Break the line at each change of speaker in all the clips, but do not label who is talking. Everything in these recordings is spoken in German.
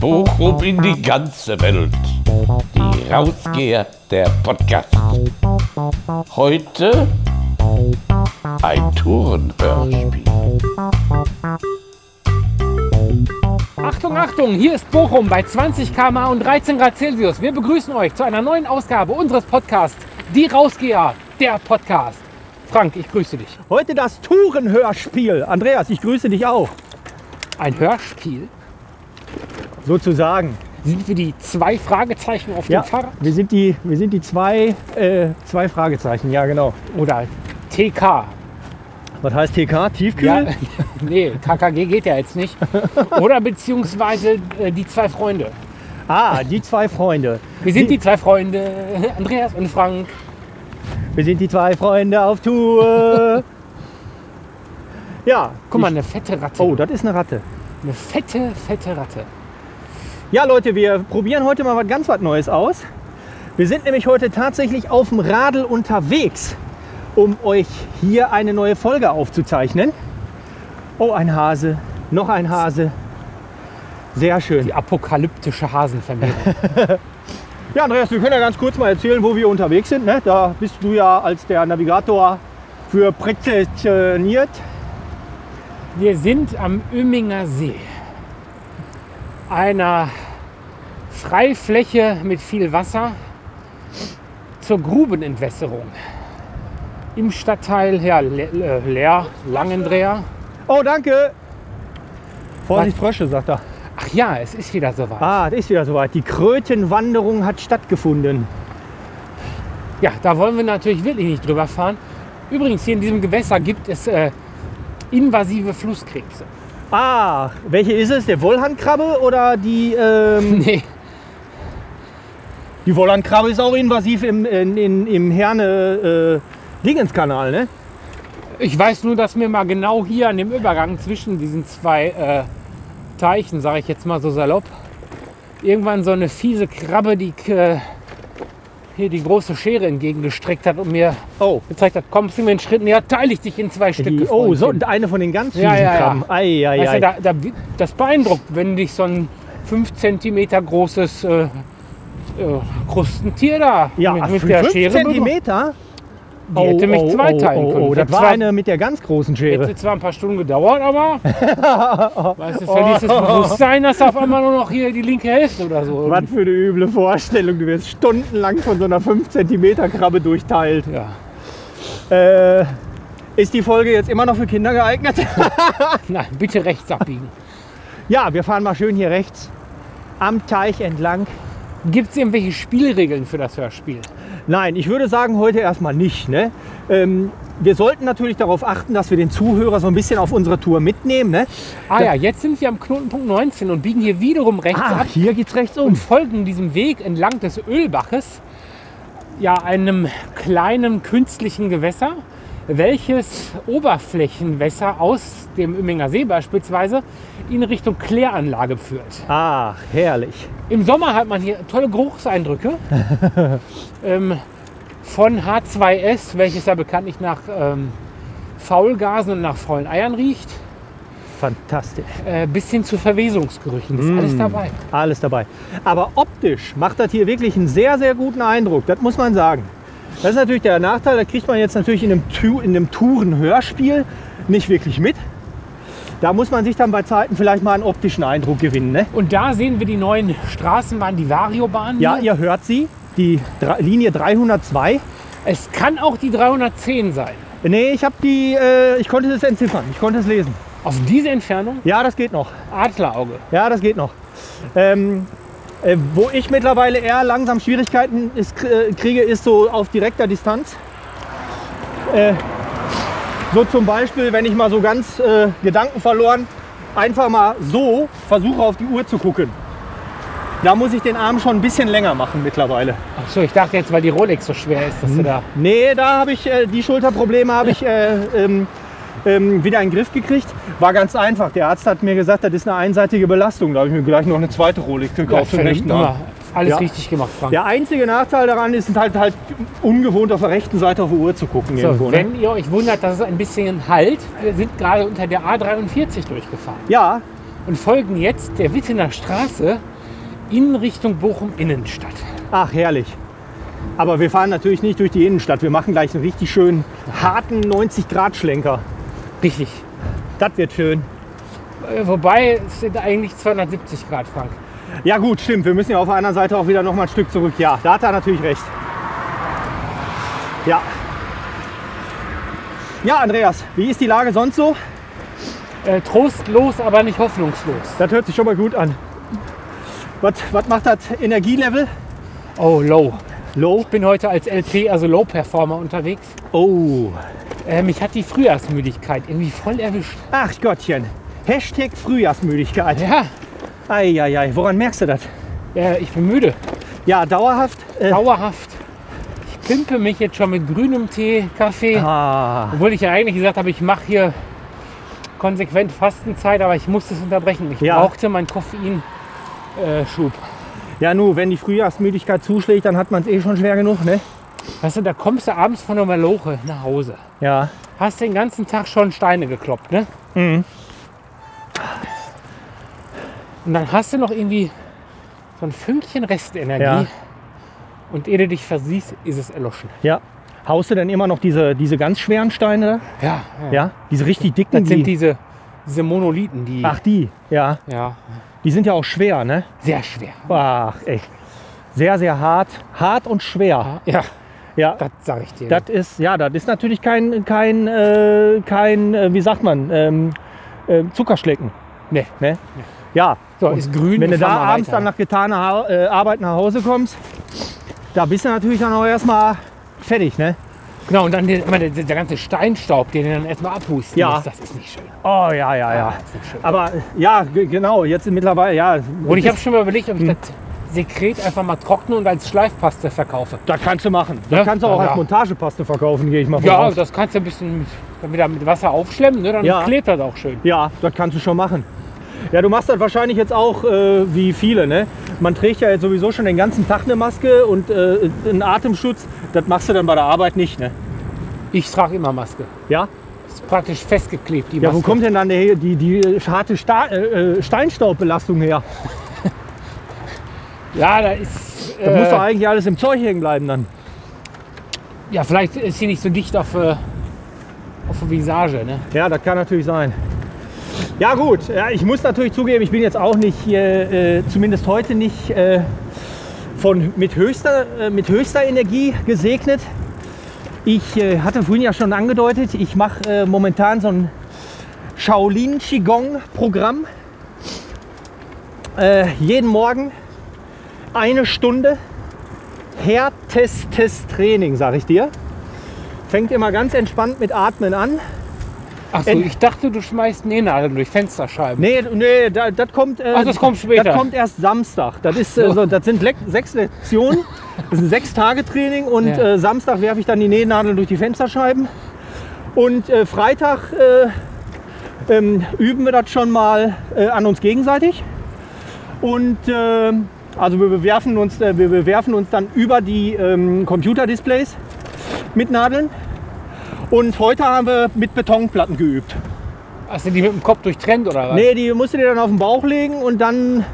Bochum in die ganze Welt. Die Rausgeher der Podcast. Heute ein Turnhörspiel.
Achtung, Achtung, hier ist Bochum bei 20 km und 13 Grad Celsius. Wir begrüßen euch zu einer neuen Ausgabe unseres Podcasts, Die Rausgeher, der Podcast. Frank, ich grüße dich.
Heute das Tourenhörspiel. Andreas, ich grüße dich auch.
Ein Hörspiel?
Sozusagen.
Sind wir die zwei Fragezeichen auf
Ja,
dem Fahrrad?
wir sind die, wir sind die zwei, äh, zwei Fragezeichen. Ja, genau.
Oder TK?
Was heißt TK? Tiefkühl?
Ja, nee, KKG geht ja jetzt nicht. Oder beziehungsweise äh, die zwei Freunde.
Ah, die zwei Freunde.
Wir sind die zwei Freunde, Andreas und Frank.
Wir sind die zwei Freunde auf Tour. ja,
Guck mal,
ich-
eine fette Ratte.
Oh, das ist eine Ratte.
Eine fette, fette Ratte.
Ja, Leute, wir probieren heute mal was ganz was Neues aus. Wir sind nämlich heute tatsächlich auf dem Radl unterwegs, um euch hier eine neue Folge aufzuzeichnen. Oh, ein Hase, noch ein Hase. Sehr schön.
Die apokalyptische Hasenfamilie.
Ja, Andreas, wir können ja ganz kurz mal erzählen, wo wir unterwegs sind. Ne? Da bist du ja als der Navigator für präzisioniert.
Wir sind am Öminger See, einer Freifläche mit viel Wasser zur Grubenentwässerung im Stadtteil ja, Le- Le- Leer, Langendreher.
Oh, danke. Vorsicht, Frösche, sagt er.
Ach ja, es ist wieder soweit.
Ah, das ist wieder soweit. Die Krötenwanderung hat stattgefunden.
Ja, da wollen wir natürlich wirklich nicht drüber fahren. Übrigens, hier in diesem Gewässer gibt es äh, invasive Flusskrebse.
Ah, welche ist es? Der Wollhandkrabbe oder die. Ähm,
Nee,
die Wollhandkrabbe ist auch invasiv im, in, in, im Herne-Dingenskanal, ne?
Ich weiß nur, dass mir mal genau hier an dem Übergang zwischen diesen zwei äh, Teichen, sage ich jetzt mal so salopp, irgendwann so eine fiese Krabbe, die äh, hier die große Schere entgegengestreckt hat und mir
Oh.
gezeigt hat, kommst du mir einen Schritt näher, teile ich dich in zwei
Die,
Stücke.
oh, so,
Freundchen.
eine von den ganz fiesen
Ja, ja, ja.
Krabben. Ei, ei,
weißt du,
ei.
da, da, das beeindruckt, wenn dich so ein 5 cm großes äh, äh, Krustentier da
Ja,
mit, mit
fünf-
der
fünf
Schere Oh, berührt.
Zentimeter?
Die hätte mich zweiteilen können.
Oh, oh,
Ich
das
hab
war
zwar-
eine mit der ganz großen Schere.
Hätte zwar ein paar Stunden gedauert, aber weißt du, verließ das Bewusstsein, dass auf einmal nur noch hier die linke Hälfte oder so.
Oh. Was für eine üble Vorstellung. Du wirst stundenlang von so einer 5 Zentimeter Krabbe durchteilt.
Ja.
Äh, ist die Folge jetzt immer noch für Kinder geeignet?
Nein, bitte rechts abbiegen.
ja, wir fahren mal schön hier rechts am Teich entlang.
Gibt es irgendwelche Spielregeln für das Hörspiel?
Nein, ich würde sagen, heute erstmal nicht. Ne? Ähm, wir sollten natürlich darauf achten, dass wir den Zuhörer so ein bisschen auf unsere Tour mitnehmen. Ne?
Ah ja, jetzt sind wir am Knotenpunkt 19 und biegen hier wiederum rechts
Ah,
ab
hier geht's rechts um.
und folgen diesem Weg entlang des Ölbaches, ja, einem kleinen künstlichen Gewässer, welches Oberflächenwässer aus dem Ümminger See beispielsweise in Richtung Kläranlage führt.
Ach, herrlich.
Im Sommer hat man hier tolle Geruchseindrücke ähm, von H2S, welches ja bekanntlich nach ähm, Faulgasen und nach faulen Eiern riecht,
Fantastisch.
äh, bis hin zu Verwesungsgerüchen. Ist
Mm.
alles dabei.
Alles dabei. Aber optisch macht das hier wirklich einen sehr, sehr guten Eindruck. Das muss man sagen. Das ist natürlich der Nachteil. Das kriegt man jetzt natürlich in einem, Tu- in einem Touren-Hörspiel nicht wirklich mit. Da muss man sich dann bei Zeiten vielleicht mal einen optischen Eindruck gewinnen. Ne?
Und da sehen wir die neuen Straßenbahnen, die Variobahnen.
Ja,
hier.
ihr hört sie. Die Dra- Linie 302.
Es kann auch die 310 sein.
Nee, ich habe die, äh, ich konnte es entziffern, ich konnte es lesen.
Auf diese Entfernung
Ja, das geht noch.
Adlerauge.
Ja, das geht noch. Ähm, äh, wo ich mittlerweile eher langsam Schwierigkeiten ist, äh, kriege, ist so auf direkter Distanz. Äh, so zum Beispiel, wenn ich mal so ganz äh, Gedanken verloren, einfach mal so versuche auf die Uhr zu gucken. Da muss ich den Arm schon ein bisschen länger machen mittlerweile.
Achso, ich dachte jetzt, weil die Rolex so schwer ist,
Hm.
dass du da.
Nee, da habe ich äh, die Schulterprobleme habe ich äh, ähm, ähm, wieder in den Griff gekriegt. War ganz einfach. Der Arzt hat mir gesagt, das ist eine einseitige Belastung. Da habe ich mir gleich noch eine zweite Rolex gekauft für den rechten Arm.
Alles
ne? Ja.
richtig gemacht, Frank.
Der einzige Nachteil daran ist halt halt ungewohnt auf der rechten Seite auf die Uhr zu gucken irgendwo.
So,
Ne?
wenn ihr euch wundert, dass es ein bisschen halt, wir sind gerade unter der A43 durchgefahren.
Ja,
und folgen jetzt der Wittener Straße in Richtung Bochum Innenstadt.
Ach, herrlich. Aber wir fahren natürlich nicht durch die Innenstadt. Wir machen gleich einen richtig schönen, harten 90-Grad-Schlenker.
Richtig.
Das wird schön.
Äh, Wobei es sind eigentlich 270 Grad, Frank.
Ja gut, stimmt. Wir müssen ja auf der anderen Seite auch wieder noch mal ein Stück zurück. Ja, da hat er natürlich recht. Ja. Ja, Andreas, wie ist die Lage sonst so?
Äh, trostlos, aber nicht hoffnungslos.
Das hört sich schon mal gut an. Was, was macht das Energielevel?
Oh, low.
Low.
Ich bin heute als LP, also Low Performer, unterwegs.
Oh.
Äh, mich hat die Frühjahrsmüdigkeit irgendwie voll erwischt.
Ach Gottchen. Hashtag Frühjahrsmüdigkeit.
Ja,
Eieiei, woran merkst du das?
äh, ich bin müde.
Ja, dauerhaft. Äh,
Dauerhaft. Ich pimpe mich jetzt schon mit grünem Tee, Kaffee.
ah,
Obwohl ich ja eigentlich gesagt habe, ich mache hier konsequent Fastenzeit, aber ich musste es unterbrechen. Ich
Ja.
brauchte meinen äh, Koffeinschub.
ja, nu, wenn die Frühjahrsmüdigkeit zuschlägt, dann hat man es eh schon schwer genug, ne?
Weißt du, da kommst du abends von der Maloche nach Hause.
Ja.
Hast den ganzen Tag schon Steine gekloppt, ne?
Mhm.
Und dann hast du noch irgendwie so ein Fünkchen Restenergie.
Ja.
Und ehe du dich versiehst, ist es erloschen.
Ja. Haust du denn immer noch diese, diese ganz schweren Steine da?
Ja, ja.
Ja. Diese richtig dicken.
Das sind diese, diese Monolithen, die
Ach, die. Ja.
ja,
Die sind ja auch schwer, ne?
sehr schwer.
Ach, echt. Sehr, sehr hart. Hart und schwer.
Ja,
Ja.
das sag ich dir.
Das ist, ja, das ist natürlich kein, kein, äh, kein, äh, wie sagt man, ähm, äh, Zuckerschlecken.
nee.
Ne? Ja.
So, ist grün.
Wenn
wir
du da
fahren mal
abends
weiter.
dann nach getaner ha äh, Arbeit nach Hause kommst, da bist du natürlich dann auch erstmal fertig, ne?
Genau, und dann der, immer der, der ganze Steinstaub, den du dann erstmal abhusten
Ja.
musst, das ist nicht schön.
Oh ja, ja, ja.
Das ist nicht schön.
Aber äh, ja, g- genau, jetzt mittlerweile, ja.
Und ich habe schon mal überlegt, ob ich
Hm.
das Sekret einfach mal trockne und als Schleifpaste verkaufe.
Da kannst du machen.
Ja,
Da kannst du auch
ja,
als
ja.
Montagepaste verkaufen, gehe ich mal von
Ja,
aus.
das kannst du ein bisschen mit, dann wieder mit Wasser aufschlemmen, ne? dann
Ja.
klebt das auch schön.
Ja, das kannst du schon machen. Ja, du machst das wahrscheinlich jetzt auch äh, wie viele, ne? Man trägt ja jetzt sowieso schon den ganzen Tag eine Maske und äh, einen Atemschutz. Das machst du dann bei der Arbeit nicht, ne?
Ich trage immer Maske.
Ja?
Ist praktisch festgeklebt, die
Ja,
Maske.
wo kommt denn dann die, die, die harte Sta äh, äh, Steinstaubbelastung her?
Ja, da ist.
Da muss doch
Äh,
eigentlich alles im Zeug hängen bleiben dann.
ja, vielleicht ist sie nicht so dicht auf, äh, auf der Visage. Ne?
Ja, das kann natürlich sein. Ja gut, ja, ich muss natürlich zugeben, ich bin jetzt auch nicht, äh, äh, zumindest heute nicht äh, von, mit, höchster, äh, mit höchster Energie gesegnet. Ich äh, hatte vorhin ja schon angedeutet, ich mache äh, momentan so ein Shaolin Qigong Programm. Äh, jeden Morgen eine Stunde härtestes Training, sag ich dir. Fängt immer ganz entspannt mit Atmen an.
Achso,
Ent-
ich dachte, du schmeißt Nähnadeln durch Fensterscheiben.
Nee, nee, da, das kommt. Äh,
Ach, das kommt später.
Das kommt erst Samstag. Das, ist, äh, so, das sind Lek sechs Lektionen. Das ist ein Sechs-Tage-Training und
Ja.
äh, Samstag werfe ich dann die Nähnadeln durch die Fensterscheiben. Und äh, Freitag äh, ähm, üben wir das schon mal äh, an uns gegenseitig. Und äh, also wir bewerfen uns, äh, wir bewerfen uns dann über die ähm, Computerdisplays mit Nadeln. Und heute haben wir mit Betonplatten geübt.
Hast du die mit dem Kopf durchtrennt oder was?
Nee, die musst du dir dann auf den Bauch legen und dann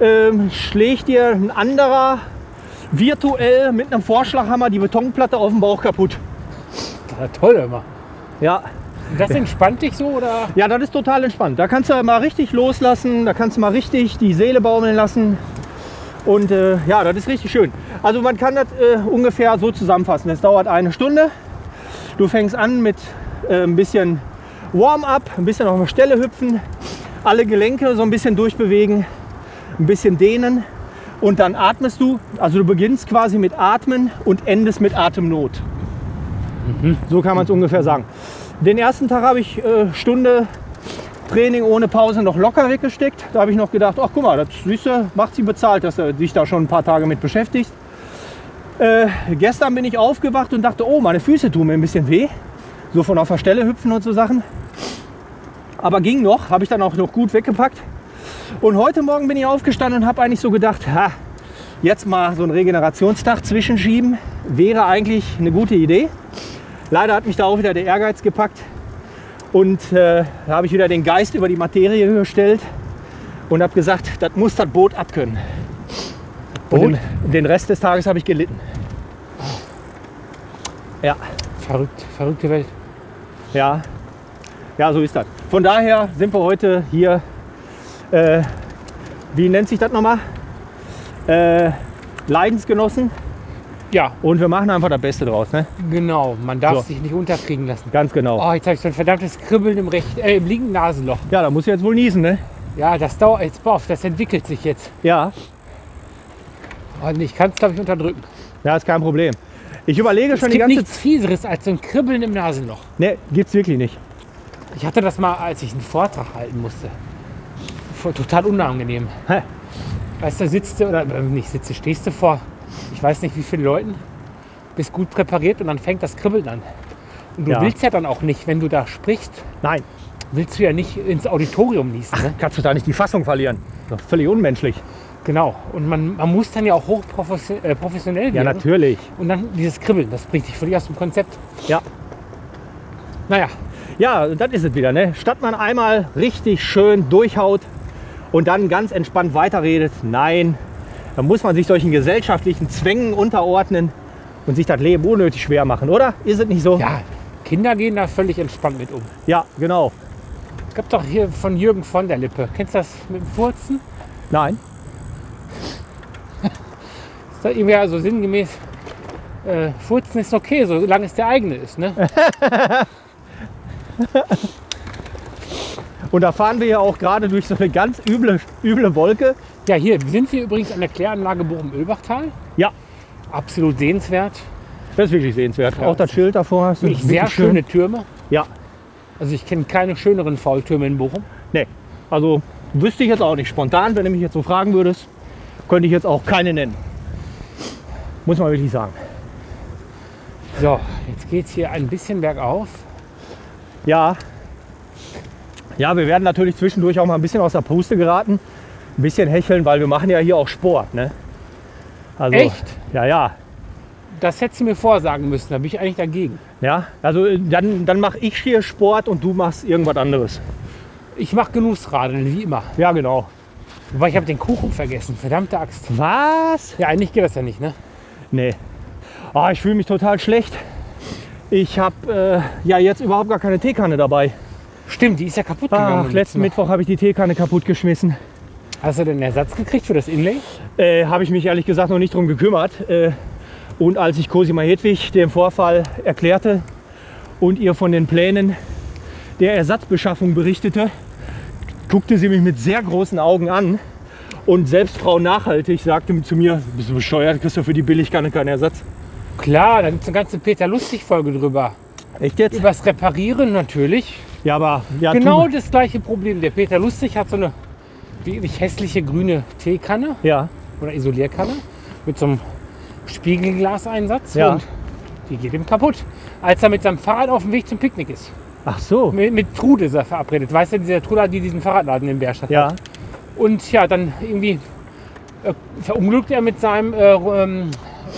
ähm, schlägt dir ein anderer virtuell mit einem Vorschlaghammer die Betonplatte auf den Bauch kaputt.
Ja, toll immer.
Ja.
Das entspannt dich so oder?
Ja, das ist total entspannt. Da kannst du mal richtig loslassen, da kannst du mal richtig die Seele baumeln lassen. Und äh, ja, das ist richtig schön. Also man kann das äh, ungefähr so zusammenfassen. Es dauert eine Stunde. Du fängst an mit äh, ein bisschen Warm-up, ein bisschen auf der Stelle hüpfen, alle Gelenke so ein bisschen durchbewegen, ein bisschen dehnen und dann atmest du. Also du beginnst quasi mit Atmen und endest mit Atemnot. So kann man es ungefähr sagen. Den ersten Tag habe ich äh, Stunde Training ohne Pause noch locker weggesteckt. Da habe ich noch gedacht, ach guck mal, das siehst du, macht sie bezahlt, dass du dich da schon ein paar Tage mit beschäftigst. Äh, gestern bin ich aufgewacht und dachte, oh, meine Füße tun mir ein bisschen weh. So von auf der Stelle hüpfen und so Sachen. Aber ging noch, habe ich dann auch noch gut weggepackt. Und heute Morgen bin ich aufgestanden und habe eigentlich so gedacht, ha, jetzt mal so einen Regenerationstag zwischenschieben, wäre eigentlich eine gute Idee. Leider hat mich da auch wieder der Ehrgeiz gepackt und äh, da habe ich wieder den Geist über die Materie gestellt und habe gesagt, das muss das Boot abkönnen. Und den, den Rest des Tages habe ich gelitten. Ja,
Verrückt, verrückte Welt.
ja. Ja, so ist das. Von daher sind wir heute hier, äh, wie nennt sich das nochmal? Äh, Leidensgenossen.
Ja,
Und wir machen einfach das Beste draus, ne?
genau. Man darf
So.
sich nicht unterkriegen lassen.
Ganz genau.
Oh, jetzt habe ich so ein verdammtes Kribbeln im, rechten, äh, im linken Nasenloch.
Ja, da muss ich jetzt wohl niesen, ne?
Ja, das dauert jetzt, boah, das entwickelt sich jetzt.
Ja.
Und ich kann es, glaube ich, unterdrücken.
Ja, ist kein Problem. Ich überlege
Es
schon die
gibt
ganze Zeit.
nichts Fieseres als so ein Kribbeln im Nasenloch.
Ne, gibt's wirklich nicht.
Ich hatte das mal, als ich einen Vortrag halten musste. Voll- Total unangenehm.
Hä?
Weißt du, sitzt du, oder äh, nicht sitzt du, stehst du vor, ich weiß nicht wie vielen Leuten, bist gut präpariert und dann fängt das Kribbeln an. Und du
Ja.
willst ja dann auch nicht, wenn du da sprichst,
Nein,
willst du ja nicht ins Auditorium niesen. Ne?
kannst du da nicht die Fassung verlieren. Doch völlig unmenschlich.
Genau. Und man, man muss dann ja auch hochprofessionell äh, professionell
Ja,
werden.
natürlich.
Und dann dieses Kribbeln, das bringt dich völlig aus dem Konzept.
Ja.
Naja,
Ja, und das ist es wieder, ne? Statt man einmal richtig schön durchhaut und dann ganz entspannt weiterredet, nein, dann muss man sich solchen gesellschaftlichen Zwängen unterordnen und sich das Leben unnötig schwer machen, oder? Ist es nicht so?
ja, Kinder gehen da völlig entspannt mit um.
Ja, genau.
Gab doch hier von Jürgen von der Lippe. Kennst du das mit dem Furzen?
Nein.
Ist da irgendwie also sinngemäß, äh, Furzen ist okay, solange es der eigene ist, ne?
Und da fahren wir ja auch gerade durch so eine ganz üble, üble Wolke.
Ja, hier sind wir übrigens an der Kläranlage Bochum-Ölbachtal.
Ja.
Absolut sehenswert.
Das ist wirklich sehenswert.
Ja.
Auch das Schild davor hast du.
Wirklich
wirklich
sehr schöne Türme.
Ja.
Also ich kenne keine schöneren Faultürme in Bochum.
Nee, also wüsste ich jetzt auch nicht. Spontan, wenn du mich jetzt so fragen würdest, könnte ich jetzt auch keine nennen. Muss man wirklich sagen.
So, jetzt geht es hier ein bisschen bergauf.
Ja. Ja, wir werden natürlich zwischendurch auch mal ein bisschen aus der Puste geraten. Ein bisschen hecheln, weil wir machen ja hier auch Sport, ne? Also,
Echt?
Ja, ja.
Das hättest du mir vorsagen müssen, da bin ich eigentlich dagegen.
Ja, also äh, dann, dann mache ich hier Sport und du machst irgendwas anderes.
Ich mache Genussradeln, wie immer.
Ja, genau.
Wobei ich habe den Kuchen vergessen, verdammte Axt.
Was?
Ja, eigentlich geht das ja nicht, ne?
Nee. Ah, ich fühle mich total schlecht. Ich habe äh, ja jetzt überhaupt gar keine Teekanne dabei.
Stimmt, die ist ja kaputt gegangen.
Ach, letzten Mittwoch habe ich die Teekanne kaputt geschmissen.
Hast du denn einen Ersatz gekriegt für das Inlay?
Äh, habe ich mich ehrlich gesagt noch nicht drum gekümmert. Äh, und als ich Cosima Hedwig den Vorfall erklärte und ihr von den Plänen der Ersatzbeschaffung berichtete, guckte sie mich mit sehr großen Augen an. Und selbst Frau Nachhaltig sagte zu mir, bist du bescheuert, kriegst du für die Billigkanne keinen Ersatz.
Klar, da gibt es eine ganze Peter Lustig-Folge drüber.
Echt jetzt?
Übers Reparieren natürlich.
Ja, aber ja,
genau
Tu,
das gleiche Problem. Der Peter Lustig hat so eine wirklich hässliche grüne Teekanne
ja,
oder Isolierkanne mit so einem Spiegelglaseinsatz
Ja.
und die geht ihm kaputt. Als er mit seinem Fahrrad auf dem Weg zum Picknick ist.
ach so.
Mit, mit Trude ist er verabredet. Weißt du, dieser Truder, die diesen Fahrradladen in Bärstadt
Ja,
hat. Und ja, dann irgendwie äh, verunglückt er mit seinem äh, ähm,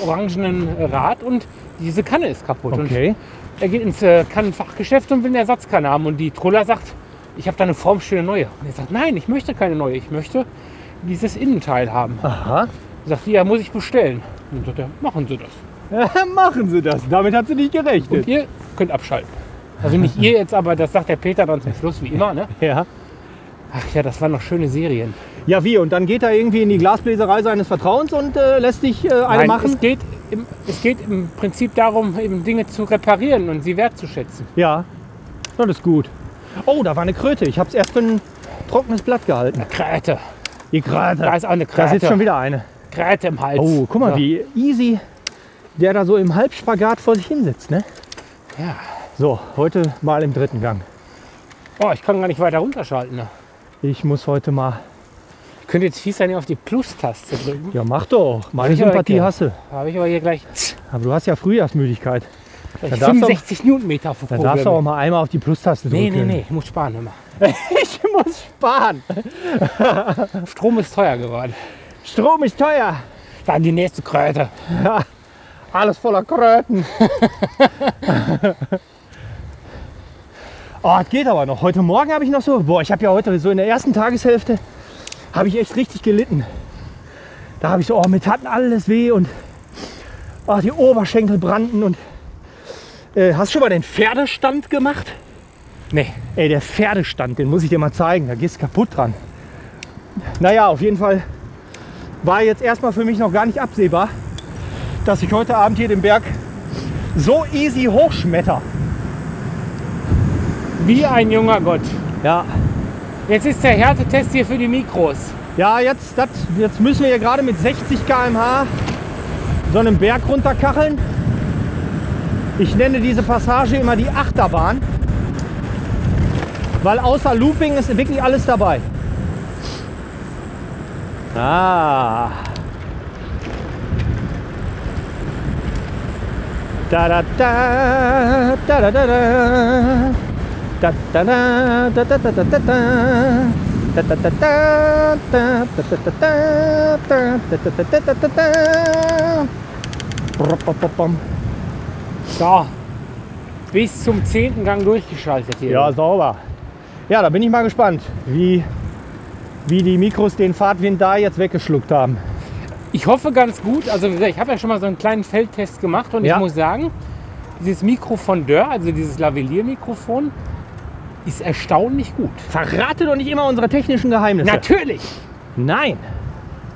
orangenen Rad und diese Kanne ist kaputt. Und
okay.
er geht ins äh, Kannenfachgeschäft und will eine Ersatzkanne haben. Und die Troller sagt, ich habe da eine formschöne neue. Und er sagt, nein, ich möchte keine neue. Ich möchte dieses Innenteil haben.
Aha.
Sagt sie, ja, muss ich bestellen. Und dann sagt er, machen Sie das.
Machen Sie das, damit hat sie nicht
Und
gerechnet.
ihr könnt abschalten. Also nicht ihr jetzt, aber das sagt der Peter dann zum Schluss, wie immer. Ne?
Ja.
Ach ja, das waren noch schöne Serien.
Ja, wie? Und dann geht er irgendwie in die Glasbläserei seines Vertrauens und äh, lässt dich äh, eine
Nein,
machen?
Es geht, im, es geht im Prinzip darum, eben Dinge zu reparieren und sie wertzuschätzen.
Ja. Das ist gut. Oh, da war eine Kröte. Ich habe es erst für ein trockenes Blatt gehalten.
Kräte.
Die Kröte.
Da ist auch eine
Da sitzt schon
Kräte.
wieder eine.
Kräte im Hals.
Oh, guck mal,
Ja.
wie easy der da so im Halbspagat vor sich hinsetzt, ne?
Ja.
So, heute mal im dritten Gang.
Oh, ich kann gar nicht weiter runterschalten. Ne?
Ich muss heute mal.
Ich könnte jetzt fies sein hier auf die Plus-Taste drücken.
Ja, mach doch. Meine
Ich aber
Sympathie
gerne.
hast du.
Habe ich aber hier gleich,
Aber du hast ja Frühjahrsmüdigkeit.
gleich
darfst du-
65 Newtonmeter für
Da darfst du auch mal einmal auf die Plus-Taste drücken.
Oh, Nee, nee, nee, ich muss sparen immer.
Ich muss sparen.
Strom ist teuer geworden.
Strom ist teuer.
Dann die nächste Kröte.
Alles voller Kröten. oh, das geht aber noch. Heute Morgen habe ich noch so, boah, ich habe ja heute so in der ersten Tageshälfte, habe ich echt richtig gelitten. Da habe ich so, oh, mir taten alles weh und ach, die Oberschenkel brannten und äh, hast du schon mal den Pferdestand gemacht?
Nee.
Ey, der Pferdestand, den muss ich dir mal zeigen, da gehst du kaputt dran. Naja, auf jeden Fall war jetzt erstmal für mich noch gar nicht absehbar, dass ich heute Abend hier den Berg so easy hochschmetter.
Wie ein junger Gott.
Ja,
Jetzt ist der Härtetest hier für die Mikros.
Ja, jetzt, das, jetzt müssen wir hier gerade mit 60 km/h so einen Berg runterkacheln. Ich nenne diese Passage immer die Achterbahn, weil außer Looping ist wirklich alles dabei. Ah. Da da da da da da da. Da, da, da, da, da, da, da, da, da. Da, da, da, da, da, da, da, da, da, da, da, da, da, da, da, da. Brrrrpapapam.
So. Bis zum zehnten Gang durchgeschaltet hier.
Ja, sauber. Ja, da bin ich mal gespannt, wie, wie die Mikros den Fahrtwind da jetzt weggeschluckt haben.
Ich hoffe ganz gut. Also wie gesagt, ich habe ja schon mal so einen kleinen Feldtest gemacht und
Ja.
ich muss sagen, dieses Mikro von Dörr, also dieses Lavalier-Mikrofon, ist erstaunlich gut.
Verrate doch nicht immer unsere technischen Geheimnisse.
Natürlich!
Nein.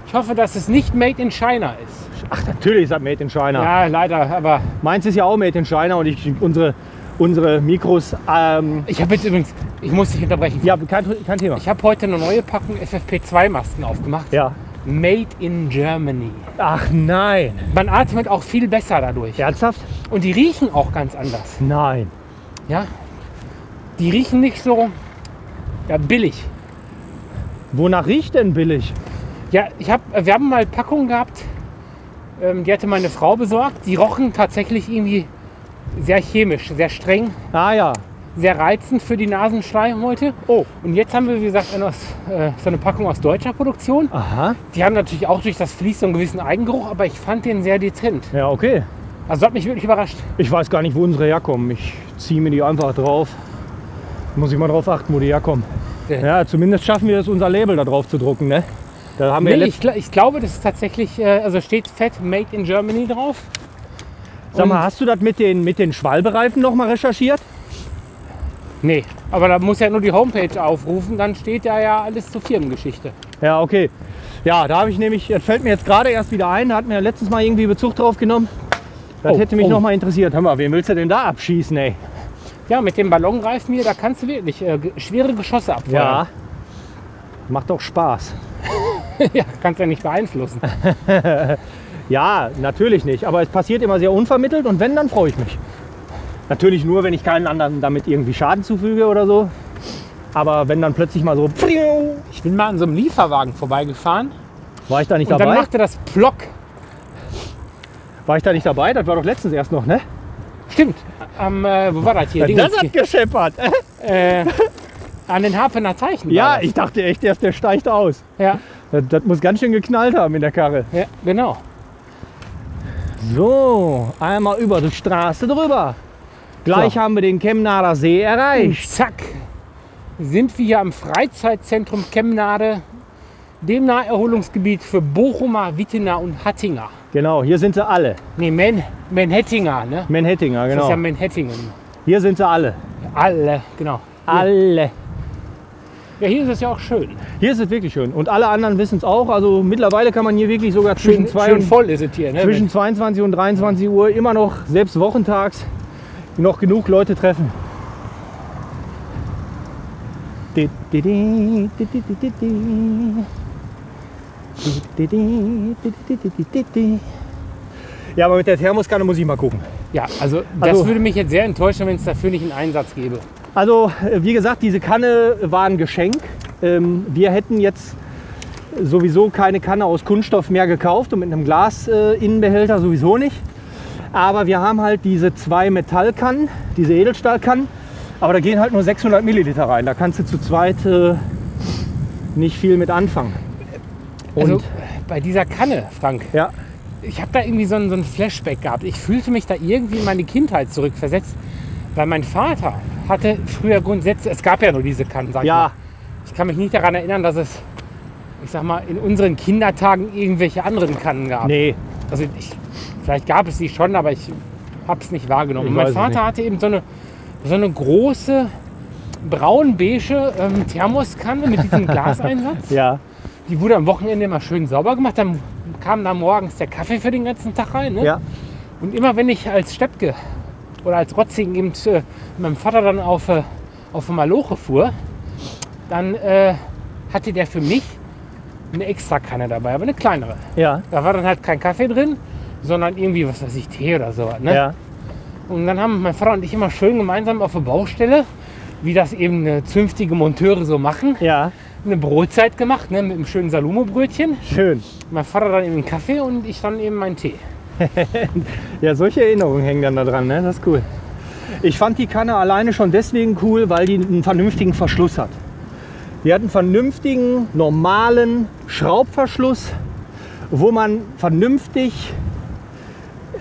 Ich hoffe, dass es nicht made in China ist.
Ach, natürlich ist das Made in China.
Ja, leider, aber
Meins ist ja auch Made in China und ich, unsere, unsere Mikros. Ähm,
ich habe jetzt übrigens, ich muss dich unterbrechen.
ja, kein, kein Thema.
Ich habe heute eine neue Packung FFP2-Masken aufgemacht.
Ja.
Made in Germany.
Ach nein.
Man atmet auch viel besser dadurch.
Ernsthaft?
Und die riechen auch ganz anders.
Nein.
Ja? Die riechen nicht so ja, billig.
Wonach riecht denn billig?
Ja, ich hab, äh, wir haben mal Packungen gehabt, ähm, die hatte meine Frau besorgt. Die rochen tatsächlich irgendwie sehr chemisch, sehr streng,
Ah ja.
sehr reizend für die Nasenschleimhäute.
Oh.
Und jetzt haben wir, wie gesagt, eine aus, äh, so eine Packung aus deutscher Produktion.
Aha.
Die haben natürlich auch durch das Vlies so einen gewissen Eigengeruch, aber ich fand den sehr dezent.
Ja, okay.
Also hat mich wirklich überrascht.
Ich weiß gar nicht, wo unsere herkommen. Ich ziehe mir die einfach drauf. Muss ich mal drauf achten, wo die herkommen.
Ja.
Ja, zumindest schaffen wir es, unser Label da drauf zu drucken, ne? Da haben
Nee,
wir
ich, gla- ich glaube, das ist tatsächlich, äh, also steht fett Made in Germany drauf.
Sag mal, hast du das mit den, mit den Schwalbereifen nochmal recherchiert?
Nee, aber da muss ja nur die Homepage aufrufen, dann steht da ja alles zur Firmengeschichte.
Ja, okay. Ja, da habe ich nämlich, das fällt mir jetzt gerade erst wieder ein, da hat mir letztes Mal irgendwie Bezug drauf genommen. Das
Oh,
hätte mich
oh.
nochmal interessiert. Hör mal, wen willst du denn da abschießen, ey?
Ja, mit dem Ballonreifen hier, da kannst du wirklich äh, ge- schwere Geschosse abfeuern.
Ja. Macht doch Spaß.
Ja. ja, kannst ja nicht beeinflussen.
Ja, natürlich nicht. Aber es passiert immer sehr unvermittelt und wenn, dann freue ich mich. Natürlich nur, wenn ich keinen anderen damit irgendwie Schaden zufüge oder so. Aber wenn dann plötzlich mal so,
Ich bin mal an so einem Lieferwagen vorbeigefahren
war ich da nicht
und dann
dabei?
machte das Plock.
War ich da nicht dabei? Das war doch letztens erst noch, ne?
Stimmt, am, äh, wo war das hier? Dingens hier.
gescheppert.
äh, an den Hapener Zeichen. war
Ja,
das.
ich dachte echt erst, der steigt aus.
ja,
Das, das muss ganz schön geknallt haben in der Karre.
ja, genau.
So, einmal über die Straße drüber. Gleich
So.
haben wir den Chemnader See erreicht.
Zack, sind wir hier am Freizeitzentrum Kemnade, dem Naherholungsgebiet für Bochumer, Wittener und Hattinger.
Genau, hier sind sie alle.
Nee, Man Manhattinger, ne?
Manhattinger,
Das ist
genau.
ja Manhattingen.
Hier sind sie alle.
Alle, genau.
Alle.
Ja, hier ist es ja auch schön.
Hier ist es wirklich schön. Und alle anderen wissen es auch. Also mittlerweile kann man hier wirklich sogar zwischen,
Schön,
zwei
schön
und,
voll ist es hier, ne?
zwischen 22 und 23 Uhr immer noch, selbst wochentags, noch genug Leute treffen. Di- di- di, di- di- di- di- di. Di- di- di, di- di- di- di- di- di. Ja, aber mit der Thermoskanne muss ich mal gucken.
Ja, also das
Also-
würde mich jetzt sehr enttäuschen, wenn es dafür nicht einen Einsatz gäbe.
Also, äh, wie gesagt, diese Kanne war ein Geschenk. Ähm, wir hätten jetzt sowieso keine Kanne aus Kunststoff mehr gekauft und mit einem Glas-Innenbehälter sowieso nicht. Aber wir haben halt diese zwei Metallkannen, diese Edelstahlkannen. Aber da gehen halt nur 600 Milliliter rein. Da kannst du zu zweit äh, nicht viel mit anfangen. Und
Also bei dieser Kanne, Frank,
ja,
ich habe da irgendwie so einen, so einen Flashback gehabt. Ich fühlte mich da irgendwie in meine Kindheit zurückversetzt, weil mein Vater hatte früher grundsätzlich, es gab ja nur diese Kannen, sag ich
ja,
mal. Ich kann mich nicht daran erinnern, dass es ich sag mal, in unseren Kindertagen irgendwelche anderen Kannen gab.
Nee,
Also ich, vielleicht gab es die schon, aber ich habe es nicht wahrgenommen.
Ich
mein
weiß es
Vater
nicht.
hatte eben so eine, so eine große braun-beige ähm, Thermoskanne mit diesem Glaseinsatz.
ja.
Die wurde am Wochenende immer schön sauber gemacht. Dann kam da morgens der Kaffee für den ganzen Tag rein. Ne?
ja.
Und immer wenn ich als Steppke oder als Rotzigen eben äh, mit meinem Vater dann auf, äh, auf Maloche fuhr, dann äh, hatte der für mich eine extra Kanne dabei, aber eine kleinere.
Ja,
Da war dann halt kein Kaffee drin, sondern irgendwie, was weiß ich, Tee oder so. Ne?
ja,
Und dann haben mein Vater und ich immer schön gemeinsam auf der Baustelle, wie das eben äh, zünftige Monteure so machen,
ja,
eine Brotzeit gemacht ne? mit einem schönen Salumo-Brötchen.
schön.
Mein Vater dann eben einen Kaffee und ich dann eben meinen Tee.
Ja, solche Erinnerungen hängen dann da dran, ne? Das ist cool. Ich fand die Kanne alleine schon deswegen cool, weil die einen vernünftigen Verschluss hat. Die hat einen vernünftigen, normalen Schraubverschluss, wo man vernünftig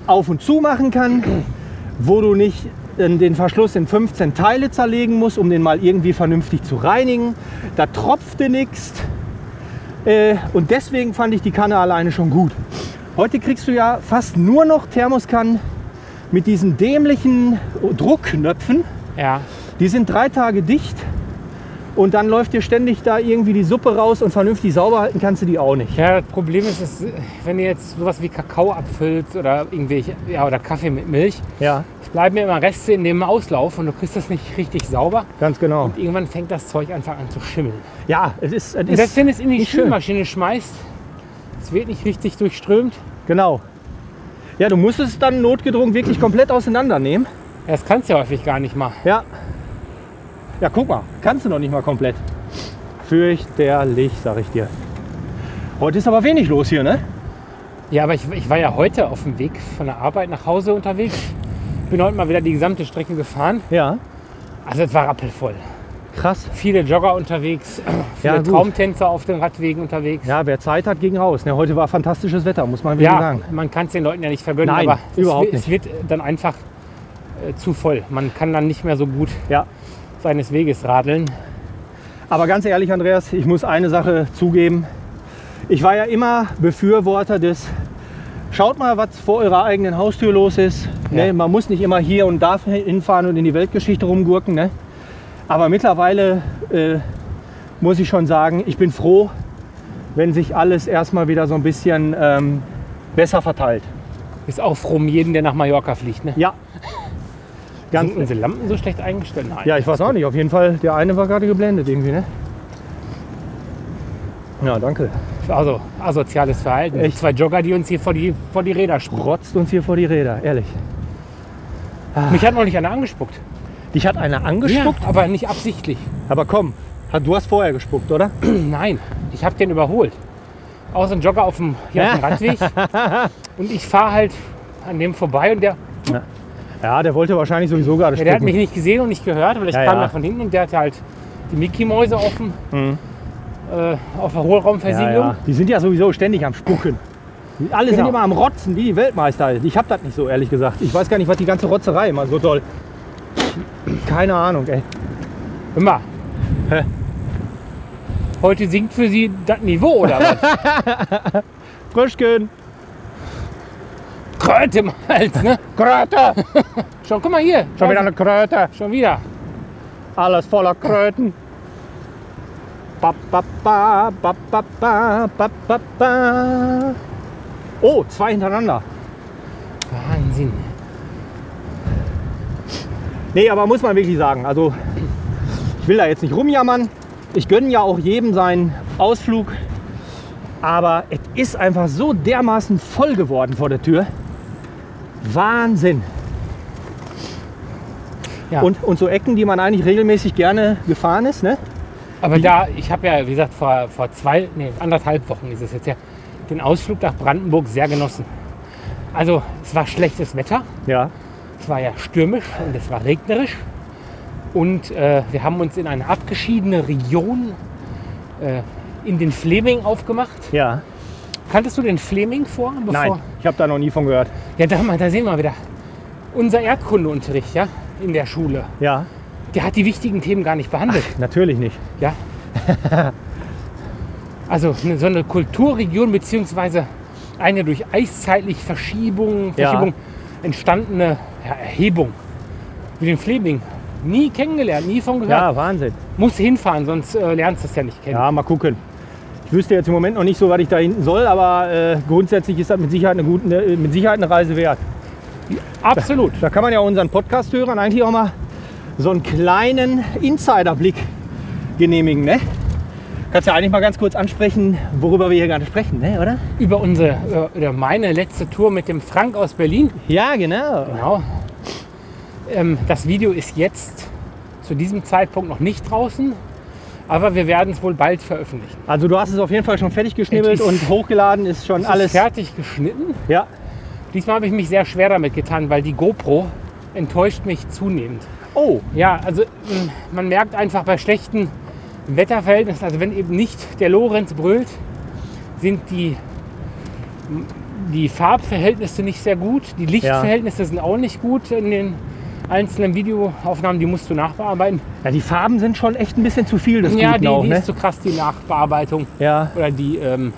auf und zu machen kann, wo du nicht äh, den Verschluss in 15 Teile zerlegen musst, um den mal irgendwie vernünftig zu reinigen. Da tropfte nichts. Äh, Und deswegen fand ich die Kanne alleine schon gut. Heute kriegst du ja fast nur noch Thermoskannen mit diesen dämlichen Druckknöpfen.
Ja,
Die sind drei Tage dicht und dann läuft dir ständig da irgendwie die Suppe raus und vernünftig sauber halten kannst du die auch nicht.
Ja, das Problem ist, dass, wenn ihr jetzt sowas wie Kakao abfüllt oder irgendwelche, ja, oder Kaffee mit Milch,
Ja,
es bleiben ja immer Reste in dem Auslauf und du kriegst das nicht richtig sauber.
ganz genau.
Irgendwann fängt das Zeug einfach an zu schimmeln.
Ja, es ist, es
Und
ist
selbst wenn du es in die
nicht schön.
Spülmaschine schmeißt, es wird nicht richtig durchströmt.
genau. Ja, du musst es dann notgedrungen wirklich komplett auseinandernehmen.
Ja, Das kannst du ja häufig gar nicht mal.
Ja. Ja, guck mal, kannst du noch nicht mal komplett. Fürchterlich, sag ich dir. Heute ist aber wenig los hier, ne?
Ja, aber ich, ich war ja heute auf dem Weg von der Arbeit nach Hause unterwegs. Bin heute mal wieder die gesamte Strecke gefahren.
Ja,
Also es war rappelvoll.
krass.
Viele Jogger unterwegs, viele
Ja, gut.
Traumtänzer auf den Radwegen unterwegs.
Ja, wer Zeit hat, ging raus. Ne, heute war fantastisches Wetter, muss man wirklich
Ja,
sagen.
man kann es den Leuten ja nicht vergönnen,
Nein,
aber
überhaupt
es, wi- es wird dann einfach äh, zu voll. Man kann dann nicht mehr so gut
Ja.
seines Weges radeln.
Aber ganz ehrlich, Andreas, ich muss eine Sache zugeben. Ich war ja immer Befürworter des, schaut mal, was vor eurer eigenen Haustür los ist.
Ja.
Ne? Man muss nicht immer hier und da hinfahren und in die Weltgeschichte rumgurken. Ne? Aber mittlerweile äh, muss ich schon sagen, ich bin froh, wenn sich alles erstmal wieder so ein bisschen ähm, besser verteilt.
Ist auch froh um jeden, der nach Mallorca fliegt. Ne?
Ja. Ganz,
Sind unsere Lampen so schlecht eingestellt? Nein.
Ja, ich weiß auch nicht. Auf jeden Fall, der eine war gerade geblendet irgendwie, ne? Ja, danke.
Also, asoziales Verhalten.
Echt?
Zwei Jogger, die uns hier vor die, vor die Räder spucken.
Rotzt uns hier vor die Räder, ehrlich.
Mich hat noch nicht einer angespuckt.
Dich hat einer angespuckt?
Gespuckt, aber nicht absichtlich.
Aber komm, hat- du hast vorher gespuckt, oder?
Nein, ich habe den überholt. Aus ein Jogger auf dem, hier auf dem Radweg. Und ich fahre halt an dem vorbei und der
Ja, der wollte wahrscheinlich sowieso gerade
Ja,
spucken.
der hat mich nicht gesehen und nicht gehört, weil ich
Ja,
kam
ja.
da von hinten und der hatte halt die Mickey-Mäuse offen äh, auf der Hohlraumversiegelung.
ja, ja. Die sind ja sowieso ständig am Spucken. Die Alle sind
Genau.
immer am Rotzen, wie die Weltmeister. Ich hab das nicht so, ehrlich gesagt. Ich weiß gar nicht, was die ganze Rotzerei immer so toll. Keine Ahnung, ey.
Hör mal.
Hä?
Heute sinkt für sie das Niveau, oder was?
Fröschken!
Kröte im Hals, ne?
Kröte!
Schon, guck mal hier.
Schon wieder eine Kröte.
Schon wieder.
Alles voller Kröten. Ba, ba, ba, ba, ba, ba, ba, ba, ba. Oh, zwei hintereinander.
Wahnsinn.
Nee, aber muss man wirklich sagen. Also, ich will da jetzt nicht rumjammern. Ich gönne ja auch jedem seinen Ausflug. Aber es ist einfach so dermaßen voll geworden vor der Tür. Wahnsinn.
Ja.
Und, und so Ecken, die man eigentlich regelmäßig gerne gefahren ist, ne?
Aber da, ich habe ja, wie gesagt, vor, vor zwei, nee, anderthalb Wochen ist es jetzt ja, den Ausflug nach Brandenburg sehr genossen. Also, es war schlechtes Wetter.
Ja.
Es war ja stürmisch und es war regnerisch. Und äh, wir haben uns in eine abgeschiedene Region äh, in den Fleming aufgemacht.
Ja.
Kanntest du den Fleming vor? Bevor?
Nein, ich habe da noch nie von gehört.
Ja, da, mal, da sehen wir wieder. Unser Erdkundeunterricht ja, in der Schule,
Ja.
der hat die wichtigen Themen gar nicht behandelt.
Natürlich nicht.
Ja. also eine- so eine Kulturregion beziehungsweise eine durch eiszeitlich Verschiebung,
Ja.
Verschiebung entstandene ja, Erhebung wie den Fleming. Nie kennengelernt, nie von gehört.
Ja, Wahnsinn.
Muss hinfahren, sonst äh, lernst du es ja nicht kennen.
Ja, mal gucken. Ich wüsste jetzt im Moment noch nicht so, was ich da hinten soll, aber äh, grundsätzlich ist das mit Sicherheit, eine gute, äh, mit Sicherheit eine Reise wert.
Absolut.
Da kann man ja unseren Podcast-Hörern eigentlich auch mal so einen kleinen Insiderblick genehmigen, ne? Kannst ja eigentlich mal ganz kurz ansprechen, worüber wir hier gerade sprechen, ne, oder?
Über unsere äh, oder meine letzte Tour mit dem Frank aus Berlin.
Ja, genau.
Genau. Ähm, das Video ist jetzt zu diesem Zeitpunkt noch nicht draußen, aber wir werden es wohl bald veröffentlichen.
Also du hast es auf jeden Fall schon fertig geschnibbelt
Es ist-
und hochgeladen ist schon
Es
alles.
ist fertig geschnitten.
Ja.
Diesmal habe ich mich sehr schwer damit getan, weil die GoPro enttäuscht mich zunehmend.
Oh,
Ja, also ähm, man merkt einfach bei schlechten Wetterverhältnissen, also wenn eben nicht der Lorenz brüllt, sind die, die Farbverhältnisse nicht sehr gut. Die Lichtverhältnisse sind auch nicht gut in den einzelnen Videoaufnahmen, die musst du nachbearbeiten.
ja, die Farben sind schon echt ein bisschen zu viel des
ja,
Guten
die,
auch,
die
ne?
ist zu krass, die Nachbearbeitung.
ja.
Oder die, ähm,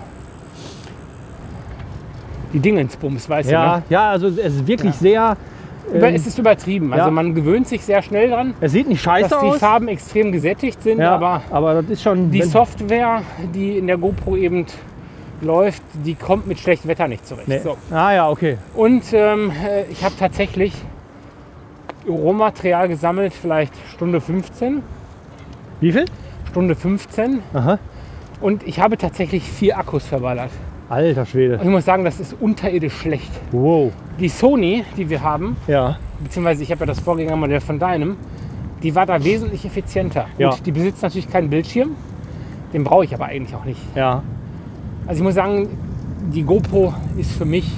die Dingensbums, weißt du,
Ja,
ne?
ja, also es ist wirklich sehr.
Über,
ähm,
es ist übertrieben. Also
ja.
man gewöhnt sich sehr schnell dran,
Es sieht nicht scheiße
dass die
aus.
Farben extrem gesättigt sind,
ja,
aber
das ist schon.
die
wenn-
Software, die in der GoPro eben läuft, die kommt mit schlechtem Wetter nicht zurecht.
nee.
So.
Ah ja, okay.
Und ähm, äh, ich habe tatsächlich Rohmaterial gesammelt, vielleicht Stunde 15,
Wie viel?
Stunde 15.
Aha.
Und ich habe tatsächlich vier Akkus verballert.
Alter Schwede.
Und ich muss sagen, das ist unterirdisch schlecht.
Wow.
Die Sony, die wir haben,
Ja.
beziehungsweise ich habe ja das Vorgängermodell von deinem, die war da wesentlich effizienter.
Ja.
Gut, die besitzt natürlich keinen Bildschirm, den brauche ich aber eigentlich auch nicht.
Ja.
Also ich muss sagen, die GoPro ist für mich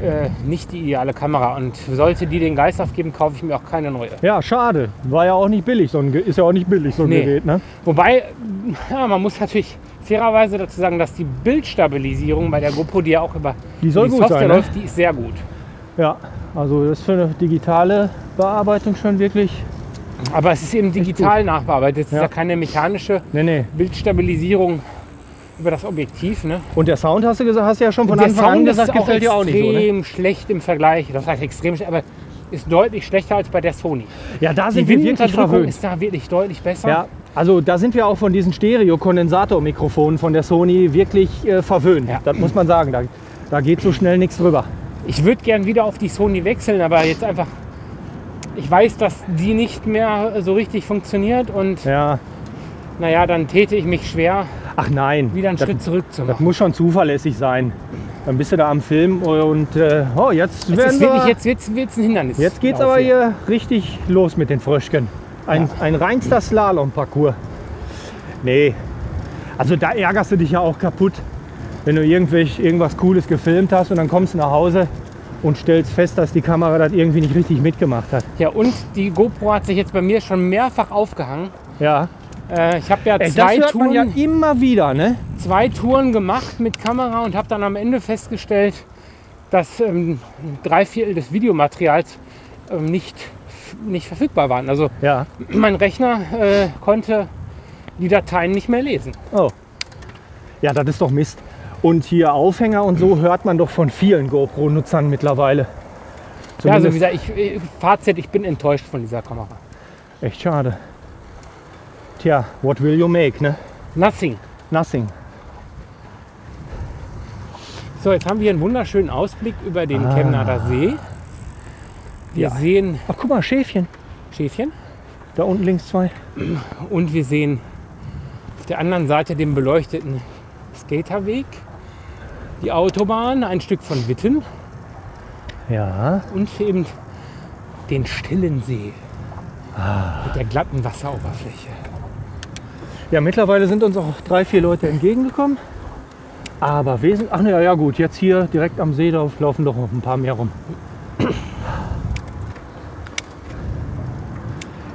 äh, nicht die ideale Kamera und sollte die den Geist aufgeben, kaufe ich mir auch keine neue.
Ja, schade. War ja auch nicht billig, so ein Ge ist ja auch nicht billig, so ein
Nee.
Gerät, ne?
Wobei, ja, man muss natürlich fairerweise dazu sagen, dass die Bildstabilisierung bei der GoPro, die ja auch über
Die soll gut
Software
sein, ne?
läuft, die ist sehr gut.
Ja. Also das ist für eine digitale Bearbeitung schon wirklich.
Aber es ist eben digital nachbearbeitet, es
Ja.
ist ja keine mechanische
Nee, nee.
Bildstabilisierung über das Objektiv. Ne?
Und der Sound hast du gesagt, hast du ja schon von
Der
Anfang an
Sound ist
gesagt, gefällt dir auch nicht so, ne?
extrem schlecht im Vergleich. Das heißt extrem schlecht, aber ist deutlich schlechter als bei der Sony.
Ja, da
Die
sind wir wirklich
Windunterdrückung
verwöhnt.
ist da wirklich deutlich besser.
Ja, also da sind wir auch von diesen Stereo-Kondensator-Mikrofonen von der Sony wirklich äh, verwöhnt.
Ja.
Das muss man sagen. Da, da geht so schnell nichts drüber.
Ich würde gern wieder auf die Sony wechseln, aber jetzt einfach. Ich weiß, dass die nicht mehr so richtig funktioniert und
Ja.
naja, dann täte ich mich schwer,
Ach nein.
wieder einen
das,
Schritt zurück zu
Das
machen.
muss schon zuverlässig sein. Dann bist du da am Film und äh, oh, jetzt
Es
werden
ist
wir,
wirklich, jetzt wird's, wird's ein Hindernis. Genau,
jetzt geht's aber hier richtig los mit den Fröschken. Ein, ein reinster Slalom-Parcours. Nee. Also da ärgerst du dich ja auch kaputt, wenn du irgendwelch, irgendwas Cooles gefilmt hast und dann kommst du nach Hause und stellst fest, dass die Kamera das irgendwie nicht richtig mitgemacht hat.
Ja, und die GoPro hat sich jetzt bei mir schon mehrfach aufgehangen.
Ja.
Äh, ich habe ja
Ey, das
zwei
hört man
Touren
ja immer wieder, ne?
zwei Touren gemacht mit Kamera und habe dann am Ende festgestellt, dass ähm, drei Viertel des Videomaterials ähm, nicht, nicht verfügbar waren. Also
Ja.
mein Rechner äh, konnte die Dateien nicht mehr lesen.
Oh. Ja, das ist doch Mist. Und hier Aufhänger und so hört man doch von vielen GoPro-Nutzern mittlerweile.
Ja, also wie
Zumindest-
gesagt, ich, äh, Fazit, ich bin enttäuscht von dieser Kamera.
Echt schade. Tja, what will you make, ne?
Nothing.
Nothing.
So, jetzt haben wir hier einen wunderschönen Ausblick über den
Ah.
Chemnader See. Wir
Ja.
sehen
Ach, guck mal, Schäfchen.
Schäfchen
Da unten links zwei.
und wir sehen auf der anderen Seite den beleuchteten Skaterweg, die Autobahn, ein Stück von Witten.
Ja.
und eben den stillen See
Ah.
mit der glatten Wasseroberfläche.
Ja, mittlerweile sind uns auch drei, vier Leute entgegengekommen. Aber wesentlich. Ach, na ja, ja, gut. Jetzt hier direkt am See da laufen doch noch ein paar mehr rum.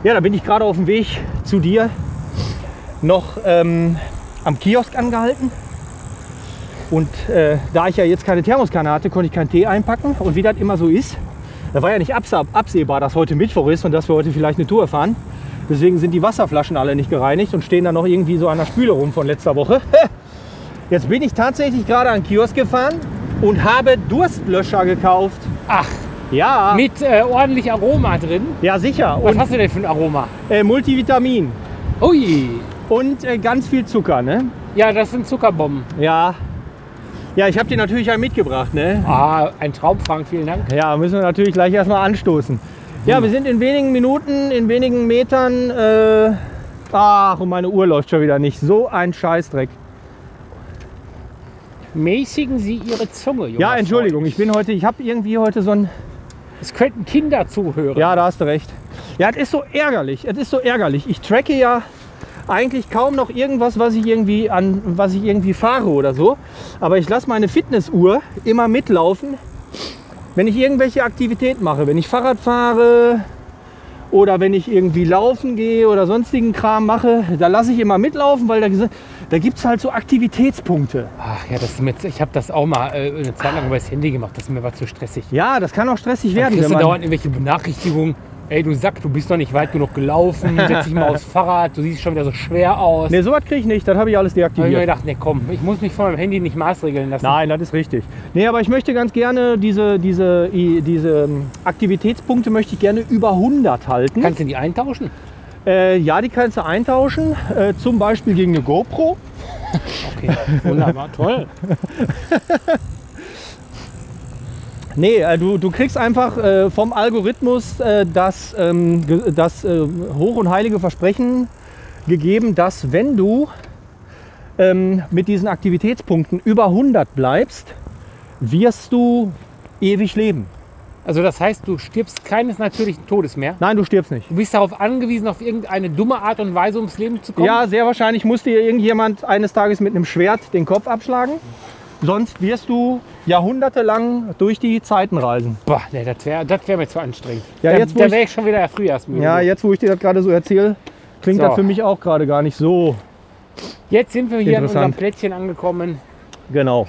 Ja, da bin ich gerade auf dem Weg zu dir noch ähm, am Kiosk angehalten. Und äh, da ich ja jetzt keine Thermoskanne hatte, konnte ich keinen Tee einpacken. Und wie das immer so ist, da war ja nicht abse- absehbar, dass heute Mittwoch ist und dass wir heute vielleicht eine Tour fahren. Deswegen sind die Wasserflaschen alle nicht gereinigt und stehen da noch irgendwie so an der Spüle rum von letzter Woche. Jetzt bin ich tatsächlich gerade an den Kiosk gefahren und habe Durstlöscher gekauft.
Ach,
Ja,
mit äh, ordentlich Aroma drin.
ja sicher.
Was
Und
hast du denn für ein Aroma?
äh, Multivitamin
Ui,
und äh, ganz viel Zucker, ne?
ja, das sind Zuckerbomben.
Ja. Ja, ich habe dir natürlich einen mitgebracht, ne?
Ah, ein Traum, Frank, vielen Dank.
Ja, müssen wir natürlich gleich erstmal anstoßen. Ja, wir sind in wenigen Minuten, in wenigen Metern. Äh, ach, und meine Uhr läuft schon wieder nicht. So ein Scheißdreck.
Mäßigen Sie Ihre Zunge, junger
Ja, Entschuldigung, ich bin heute, ich habe irgendwie heute so ein.
Freund. Es könnten Kinder zuhören.
Ja, da hast du recht. Ja, es ist so ärgerlich. Es ist so ärgerlich. Ich tracke ja eigentlich kaum noch irgendwas, was ich irgendwie an, was ich irgendwie fahre oder so. Aber ich lasse meine Fitnessuhr immer mitlaufen, wenn ich irgendwelche Aktivität mache, wenn ich Fahrrad fahre oder wenn ich irgendwie laufen gehe oder sonstigen Kram mache, da lasse ich immer mitlaufen, weil da, da gibt es halt so Aktivitätspunkte.
Ach ja, das ist mir, jetzt- ich habe das auch mal äh, eine Zeit lang über das Handy gemacht. Das ist mir war zu stressig.
Ja, das kann auch stressig
Dann
werden.
kriegst
Wenn
du
man,
dauernd irgendwelche Benachrichtigungen. Ey, du Sack, du bist noch nicht weit genug gelaufen. Setz dich mal aufs Fahrrad. Du siehst schon wieder so schwer aus.
nee, sowas kriege ich nicht, das habe ich alles
Da habe ich mir
deaktiviert.
gedacht, nee, komm, ich muss mich von meinem Handy nicht maßregeln lassen.
Nein, das ist richtig. Nee, aber ich möchte ganz gerne diese, diese, i- diese ähm, Aktivitätspunkte möchte ich gerne über 100 halten.
Kannst du die eintauschen?
Äh, ja, die kannst du eintauschen, äh, zum Beispiel gegen eine GoPro.
Okay, wunderbar, toll.
Nee, äh, du, du kriegst einfach äh, vom Algorithmus äh, das, ähm, ge- das äh, hoch und heilige Versprechen gegeben, dass wenn du ähm, mit diesen Aktivitätspunkten über 100 bleibst, wirst du ewig leben.
Also das heißt, du stirbst keines natürlichen Todes mehr.
Nein, du stirbst nicht.
Du bist darauf angewiesen, auf irgendeine dumme Art und Weise ums Leben zu kommen.
Ja, sehr wahrscheinlich muss dir irgendjemand eines Tages mit einem Schwert den Kopf abschlagen. Sonst wirst du jahrhundertelang durch die Zeiten reisen.
Boah, nee, das wäre das wär mir zu anstrengend.
Ja,
da
jetzt, wo
da
ich-
wäre ich schon wieder frühjahrsmüde.
Ja, jetzt wo ich dir das gerade so erzähle, klingt
So.
das für mich auch gerade gar nicht so.
Jetzt sind wir hier an unserem
Interessant.
Plätzchen angekommen
Genau.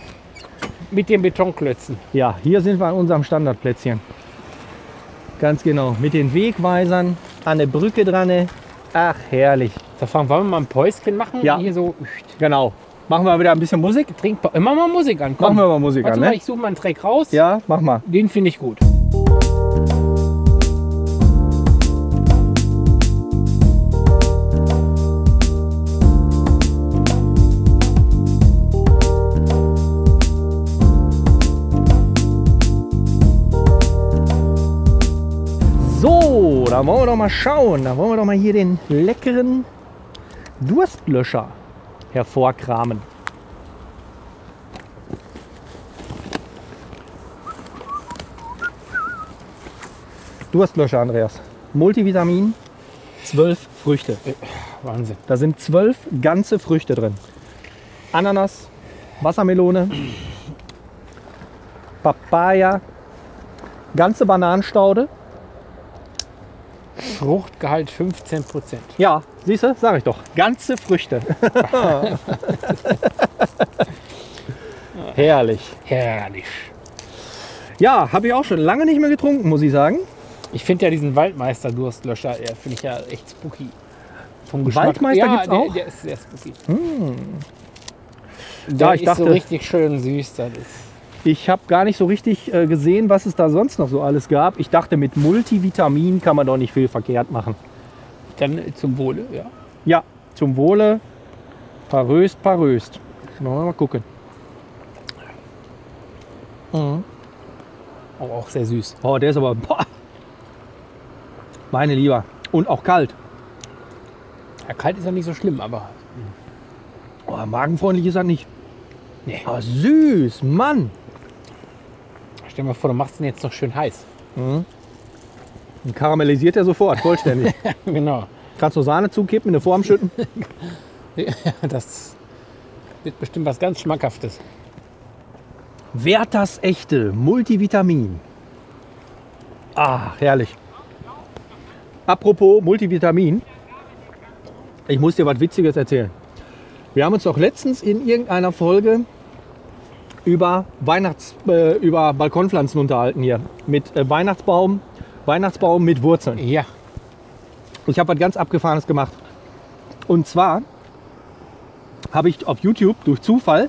mit den Betonklötzen.
Ja, hier sind wir an unserem Standardplätzchen. Ganz genau. Mit den Wegweisern an der Brücke dran. Ach, herrlich.
So, Frank, wollen wir mal ein Päuschen machen?
Ja.
Hier so,
Genau. Machen wir wieder ein bisschen Musik?
trink immer mal Musik an. Komm.
Machen wir mal Musik
Warte
an,
mal,
ne?
ich suche mal einen Track raus.
Ja, mach mal.
Den finde ich gut.
So, da wollen wir doch mal schauen. Da wollen wir doch mal hier den leckeren Durstlöscher hervorkramen. Durstlöscher, Andreas. Multivitamin, zwölf Früchte.
Wahnsinn.
Da sind zwölf ganze Früchte drin. Ananas, Wassermelone, Papaya, ganze Bananenstaude.
Fruchtgehalt 15 Prozent.
Ja, siehst du, sag ich doch. Ganze Früchte. Herrlich.
Herrlich.
Ja, habe ich auch schon lange nicht mehr getrunken, muss ich sagen.
Ich finde ja diesen Waldmeister-Durstlöscher, der finde ich ja echt spooky. Vom Geschmack.
Waldmeister
ja,
gibt's
der,
auch? Hm.
Der ist sehr spooky. Der
Ja, ich
ist so
dachte-
richtig schön süß. Das ist.
Ich habe gar nicht so richtig äh, gesehen, was es da sonst noch so alles gab. Ich dachte, mit Multivitamin kann man doch nicht viel verkehrt machen.
Dann zum Wohle, ja.
Ja, zum Wohle. Paröst, paröst. Wollen wir mal gucken.
Auch, auch sehr süß.
Oh, der ist aber. Boah. Meine Lieber. Und auch kalt.
Ja, kalt ist ja nicht so schlimm, aber
Oh, magenfreundlich ist er nicht.
Nee.
Aber süß, Mann.
stell dir mal vor, du machst den jetzt noch schön heiß.
Und karamellisiert er sofort, vollständig.
genau.
Kannst du Sahne zukippen, in eine Form schütten.
Das wird bestimmt was ganz Schmackhaftes.
Wert das echte Multivitamin. Ah, herrlich. Apropos Multivitamin. Ich muss dir was Witziges erzählen. Wir haben uns doch letztens in irgendeiner Folge über, Weihnachts, äh, über Balkonpflanzen unterhalten hier. Mit äh, Weihnachtsbaum, Weihnachtsbaum mit Wurzeln.
Ja.
Ich habe was ganz Abgefahrenes gemacht. Und zwar habe ich auf YouTube durch Zufall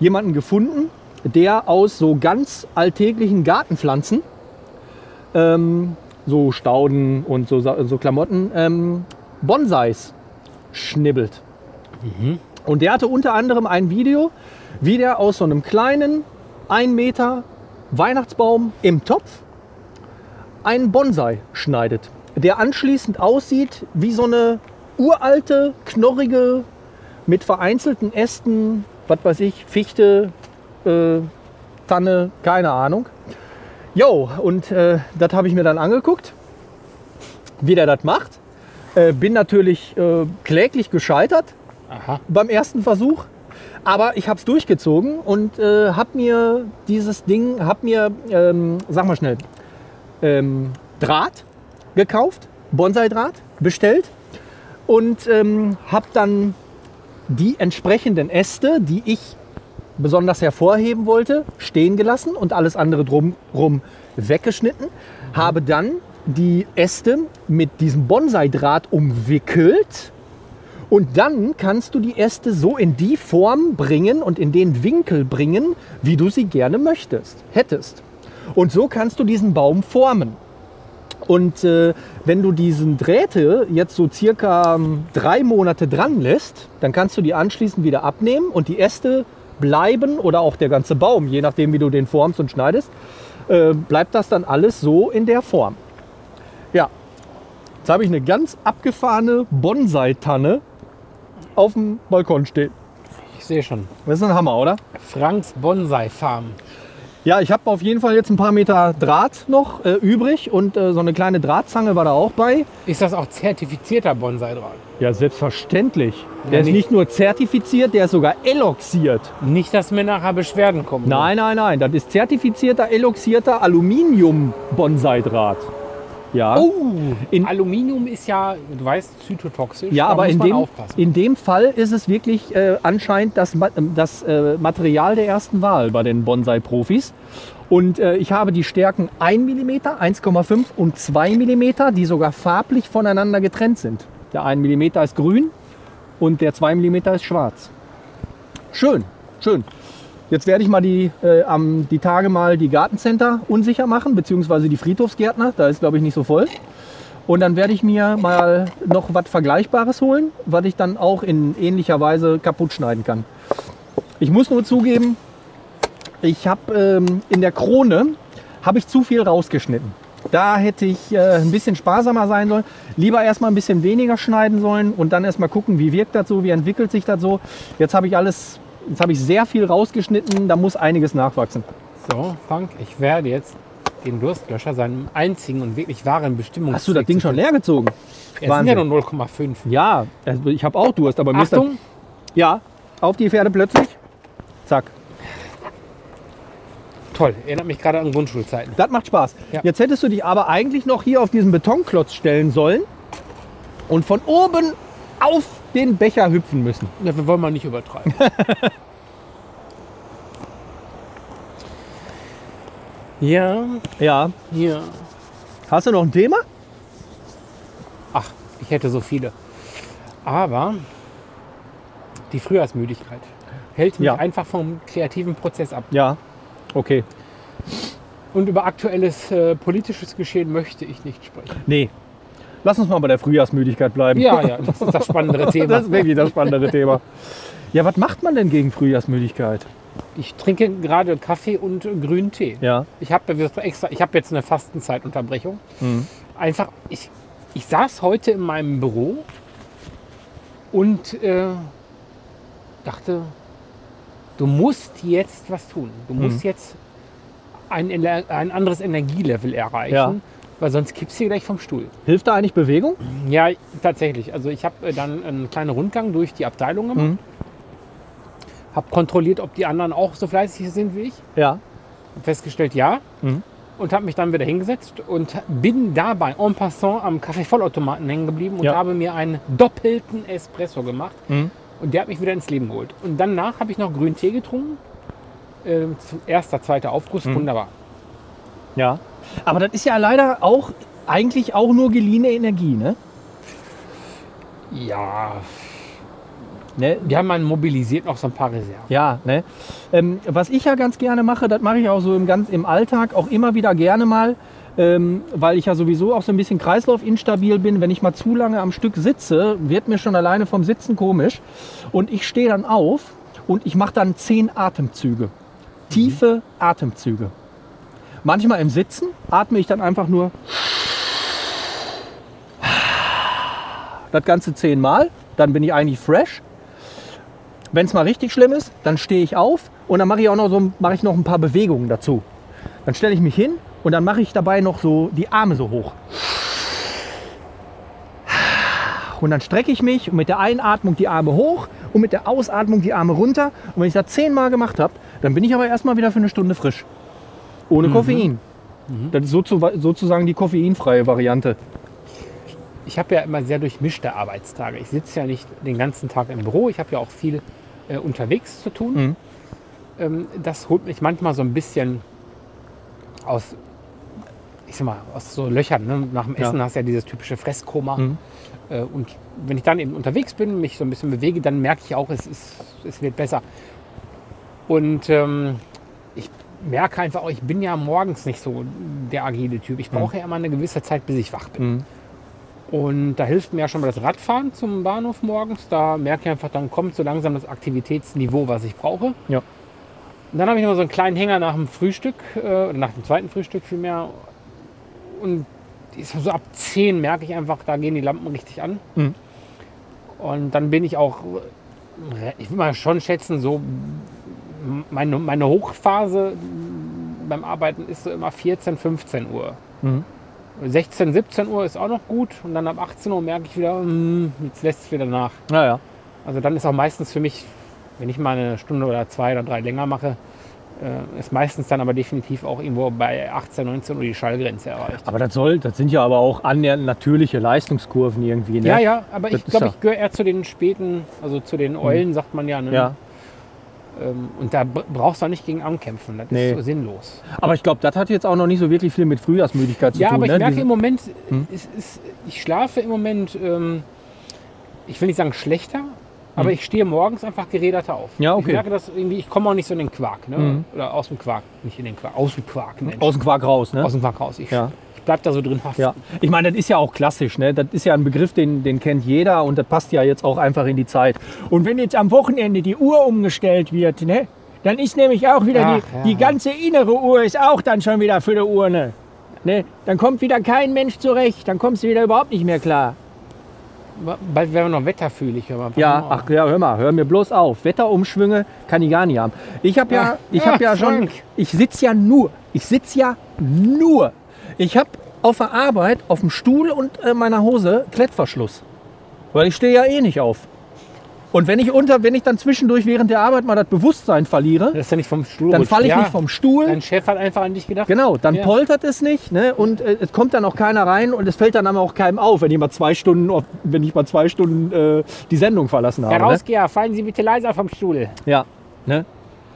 jemanden gefunden, der aus so ganz alltäglichen Gartenpflanzen, ähm, so Stauden und so, Sa- so Klamotten, ähm, Bonsais schnibbelt. Und der hatte unter anderem ein Video, wie der aus so einem kleinen 1 Meter Weihnachtsbaum im Topf einen Bonsai schneidet, der anschließend aussieht wie so eine uralte, knorrige, mit vereinzelten Ästen, was weiß ich, Fichte, äh, Tanne, keine Ahnung. Jo, und äh, das habe ich mir dann angeguckt, wie der das macht. Äh, bin natürlich äh, kläglich gescheitert,
Aha.
beim ersten Versuch. Aber ich habe es durchgezogen und äh, habe mir dieses Ding, habe mir, ähm, sag mal schnell, ähm, Draht gekauft, Bonsai-Draht bestellt und ähm, habe dann die entsprechenden Äste, die ich besonders hervorheben wollte, stehen gelassen und alles andere drumrum weggeschnitten. Habe dann die Äste mit diesem Bonsai-Draht umwickelt. Und dann kannst du die Äste so in die Form bringen und in den Winkel bringen, wie du sie gerne möchtest, hättest. Und so kannst du diesen Baum formen. Und äh, wenn du diesen Drähte jetzt so circa ähm, drei Monate dran lässt, dann kannst du die anschließend wieder abnehmen und die Äste bleiben oder auch der ganze Baum, je nachdem wie du den formst und schneidest, äh, bleibt das dann alles so in der Form. Ja, jetzt habe ich eine ganz abgefahrene Bonsai-Tanne auf dem Balkon stehen.
Ich sehe schon.
Das ist ein Hammer, oder?
Franks Bonsai Farm.
Ja, ich habe auf jeden Fall jetzt ein paar Meter Draht noch äh, übrig und äh, so eine kleine Drahtzange war da auch bei.
Ist das auch zertifizierter Bonsai dran?
Ja, selbstverständlich. Der
Ja,
ist
nicht-
nicht nur zertifiziert, der ist sogar eloxiert.
Nicht, dass mir nachher Beschwerden kommen.
Nein, nein, nein, das ist zertifizierter, eloxierter Aluminium-Bonsai-Draht. Ja,
Oh,
In-
Aluminium ist ja, du weißt, zytotoxisch.
ja
da
aber
muss
in
man
dem,
aufpassen.
in dem Fall ist es wirklich äh, anscheinend das, Ma- ähm, das äh, Material der ersten Wahl bei den Bonsai-Profis. Und äh, ich habe die Stärken 1 mm, 1,5 und 2 mm, die sogar farblich voneinander getrennt sind. Der 1 mm ist grün und der 2 mm ist schwarz. Schön, schön. Jetzt werde ich mal die, äh, am, die Tage mal die Gartencenter unsicher machen, beziehungsweise die Friedhofsgärtner, da ist glaube ich nicht so voll. Und dann werde ich mir mal noch was Vergleichbares holen, was ich dann auch in ähnlicher Weise kaputt schneiden kann. Ich muss nur zugeben, ich habe ähm, in der Krone habe ich zu viel rausgeschnitten. Da hätte ich äh, ein bisschen sparsamer sein sollen. Lieber erstmal ein bisschen weniger schneiden sollen und dann erstmal gucken, wie wirkt das so, wie entwickelt sich das so. Jetzt habe ich alles, jetzt habe ich sehr viel rausgeschnitten, da muss einiges nachwachsen.
so, Frank, ich werde jetzt den Durstlöscher seinem einzigen und wirklich wahren Bestimmungszweck.
Hast du das Ding schon leer gezogen?
Es sind ja nur
Wahnsinn.
0,5.
Ja, also ich habe auch Durst, aber mir ist das-
Achtung,
Ja, auf die Pferde plötzlich. Zack.
toll. Erinnert mich gerade an Grundschulzeiten.
Das macht Spaß.
Ja.
Jetzt hättest du dich aber eigentlich noch hier auf diesen Betonklotz stellen sollen und von oben auf den Becher hüpfen müssen.
Ja, wir wollen mal nicht übertreiben. ja,
Ja.
ja.
Hast du noch ein Thema?
Ach, ich hätte so viele. Aber die Frühjahrsmüdigkeit hält mich
Ja.
einfach vom kreativen Prozess ab.
Ja. Okay.
Und über aktuelles äh, politisches Geschehen möchte ich nicht sprechen.
Nee. Lass uns mal bei der Frühjahrsmüdigkeit bleiben.
Ja, ja, das ist das spannendere Thema.
Das ist wirklich das spannendere Thema. Ja, was macht man denn gegen Frühjahrsmüdigkeit?
ich trinke gerade Kaffee und äh, grünen Tee.
Ja.
Ich habe extra, ich habe jetzt eine Fastenzeitunterbrechung.
Mhm.
Einfach, ich, ich saß heute in meinem Büro und äh, dachte, du musst jetzt was tun. Du
Mhm.
musst jetzt ein, Ener- ein anderes Energielevel erreichen,
Ja.
weil sonst kippst du gleich vom Stuhl.
Hilft da eigentlich Bewegung?
Ja, tatsächlich. Also ich habe dann einen kleinen Rundgang durch die Abteilung gemacht.
Mhm.
Habe kontrolliert, ob die anderen auch so fleißig sind wie ich
Ja.
festgestellt, ja.
Mhm.
Und habe mich dann wieder hingesetzt und bin dabei en passant am Kaffeevollautomaten hängen geblieben und
Ja.
habe mir einen doppelten Espresso gemacht.
Mhm.
Und der hat mich wieder ins Leben geholt. Und danach habe ich noch grünen Tee getrunken. Ähm, zu- erster, zweiter Aufguss,
Mhm.
wunderbar.
Ja. Aber das ist ja leider auch eigentlich auch nur geliehene Energie, ne?
Ja,
Ne?
Ja, man mobilisiert noch so ein paar Reserven.
Ja, ne? Ähm, was ich ja ganz gerne mache, das mache ich auch so im, ganz, im Alltag auch immer wieder gerne mal, ähm, weil ich ja sowieso auch so ein bisschen kreislaufinstabil bin. Wenn ich mal zu lange am Stück sitze, wird mir schon alleine vom Sitzen komisch. Und ich stehe dann auf und ich mache dann zehn Atemzüge. Tiefe Atemzüge. Manchmal im Sitzen atme ich dann einfach nur das Ganze zehnmal. Dann bin ich eigentlich fresh. Wenn es mal richtig schlimm ist, dann stehe ich auf und dann mache ich auch noch so mache ich noch ein paar Bewegungen dazu. Dann stelle ich mich hin und dann mache ich dabei noch so die Arme so hoch. Und dann strecke ich mich und mit der Einatmung die Arme hoch und mit der Ausatmung die Arme runter. Und wenn ich das zehnmal gemacht habe, dann bin ich aber erstmal wieder für eine Stunde frisch. Ohne Koffein. Das ist sozu- sozusagen die koffeinfreie Variante.
Ich habe ja immer sehr durchmischte Arbeitstage. Ich sitze ja nicht den ganzen Tag im Büro. Ich habe ja auch viel äh, unterwegs zu tun.
Mhm.
Ähm, das holt mich manchmal so ein bisschen aus, ich sag mal, aus so Löchern. Ne? Nach dem
Ja.
Essen hast du ja dieses typische Fresskoma.
Mhm.
Äh, und wenn ich dann eben unterwegs bin, mich so ein bisschen bewege, dann merke ich auch, es, ist, es wird besser. Und ähm, ich merke einfach, auch, ich bin ja morgens nicht so der agile Typ. Ich brauche ja immer eine gewisse Zeit, bis ich wach bin.
Mhm.
Und da hilft mir ja schon mal das Radfahren zum Bahnhof morgens. Da merke ich einfach, dann kommt so langsam das Aktivitätsniveau, was ich brauche.
Ja.
Und dann habe ich noch so einen kleinen Hänger nach dem Frühstück, äh, oder nach dem zweiten Frühstück vielmehr. Und ich sag so ab 10 merke ich einfach, da gehen die Lampen richtig an.
Mhm.
Und dann bin ich auch, äh, ich will mal schon schätzen, so m- meine, meine Hochphase m, beim Arbeiten ist so immer 14, 15 Uhr.
Mhm.
16, 17 Uhr ist auch noch gut und dann ab 18 Uhr merke ich wieder, hm, jetzt lässt es wieder nach.
Naja.
Also dann ist auch meistens für mich, wenn ich mal eine Stunde oder zwei oder drei länger mache, äh, ist meistens dann aber definitiv auch irgendwo bei 18, 19 Uhr die Schallgrenze erreicht.
Aber das soll, das sind ja aber auch annähernd natürliche Leistungskurven irgendwie. Ne?
Ja, ja, aber
Das
ich
ist
glaube,
ja- Hm.
ich gehöre eher zu den späten, also zu den Eulen, sagt man ja. Ne?
ja.
Ähm, und da br- brauchst du auch nicht gegen ankämpfen, das
Nee.
ist so sinnlos.
Aber ich glaube, das hat jetzt auch noch nicht so wirklich viel mit Frühjahrsmüdigkeit zu
ja,
tun.
aber ich
ne?
merke
Diese-
im Moment,
Hm?
es ist, ich schlafe im Moment, ähm, ich will nicht sagen schlechter, aber ich stehe morgens einfach geräderter auf.
Hm. Ja, okay.
Ich merke, dass irgendwie, ich komme auch nicht so in den Quark, ne?
Mhm.
oder aus dem Quark, nicht in den Quark, aus dem Quark, Mensch.
aus dem Quark raus, ne?
aus dem Quark raus. Ich,
Ja.
ich bleib da so drin haften.
ja. Ich meine, das ist ja auch klassisch, ne? Das ist ja ein Begriff, den, den kennt jeder und das passt ja jetzt auch einfach in die Zeit. Und wenn jetzt am Wochenende die Uhr umgestellt wird, ne? Dann ist nämlich auch wieder
Ach,
die,
ja.
die ganze innere Uhr ist auch dann schon wieder für die Urne. Ne? Dann kommt wieder kein Mensch zurecht, dann kommst du wieder überhaupt nicht mehr klar.
Bald werden wir noch wetterfühlig. Aber
Ja, ach ja, hör mal, hör mir bloß auf. Wetterumschwünge kann ich gar nicht haben. Ich habe ja,
Ja.
ich habe ja
Ja,
schon,
Frank.
ich sitze ja nur, ich sitze ja nur. Ich habe auf der Arbeit, auf dem Stuhl und äh, meiner Hose Klettverschluss, weil ich stehe ja eh nicht auf. Und wenn ich unter, wenn ich dann zwischendurch während der Arbeit mal das Bewusstsein verliere,
das ist ja nicht vom Stuhl.
dann
rutscht.
falle ich
ja.
nicht vom Stuhl.
Dein Chef hat einfach an dich gedacht.
Genau, dann
Ja.
poltert es nicht ne? und äh, es kommt dann auch keiner rein und es fällt dann aber auch keinem auf, wenn ich mal zwei Stunden, auf- wenn ich mal zwei Stunden äh, die Sendung verlassen habe. Ne?
Herausgeher, fallen Sie bitte leiser vom Stuhl.
Ja. Ne?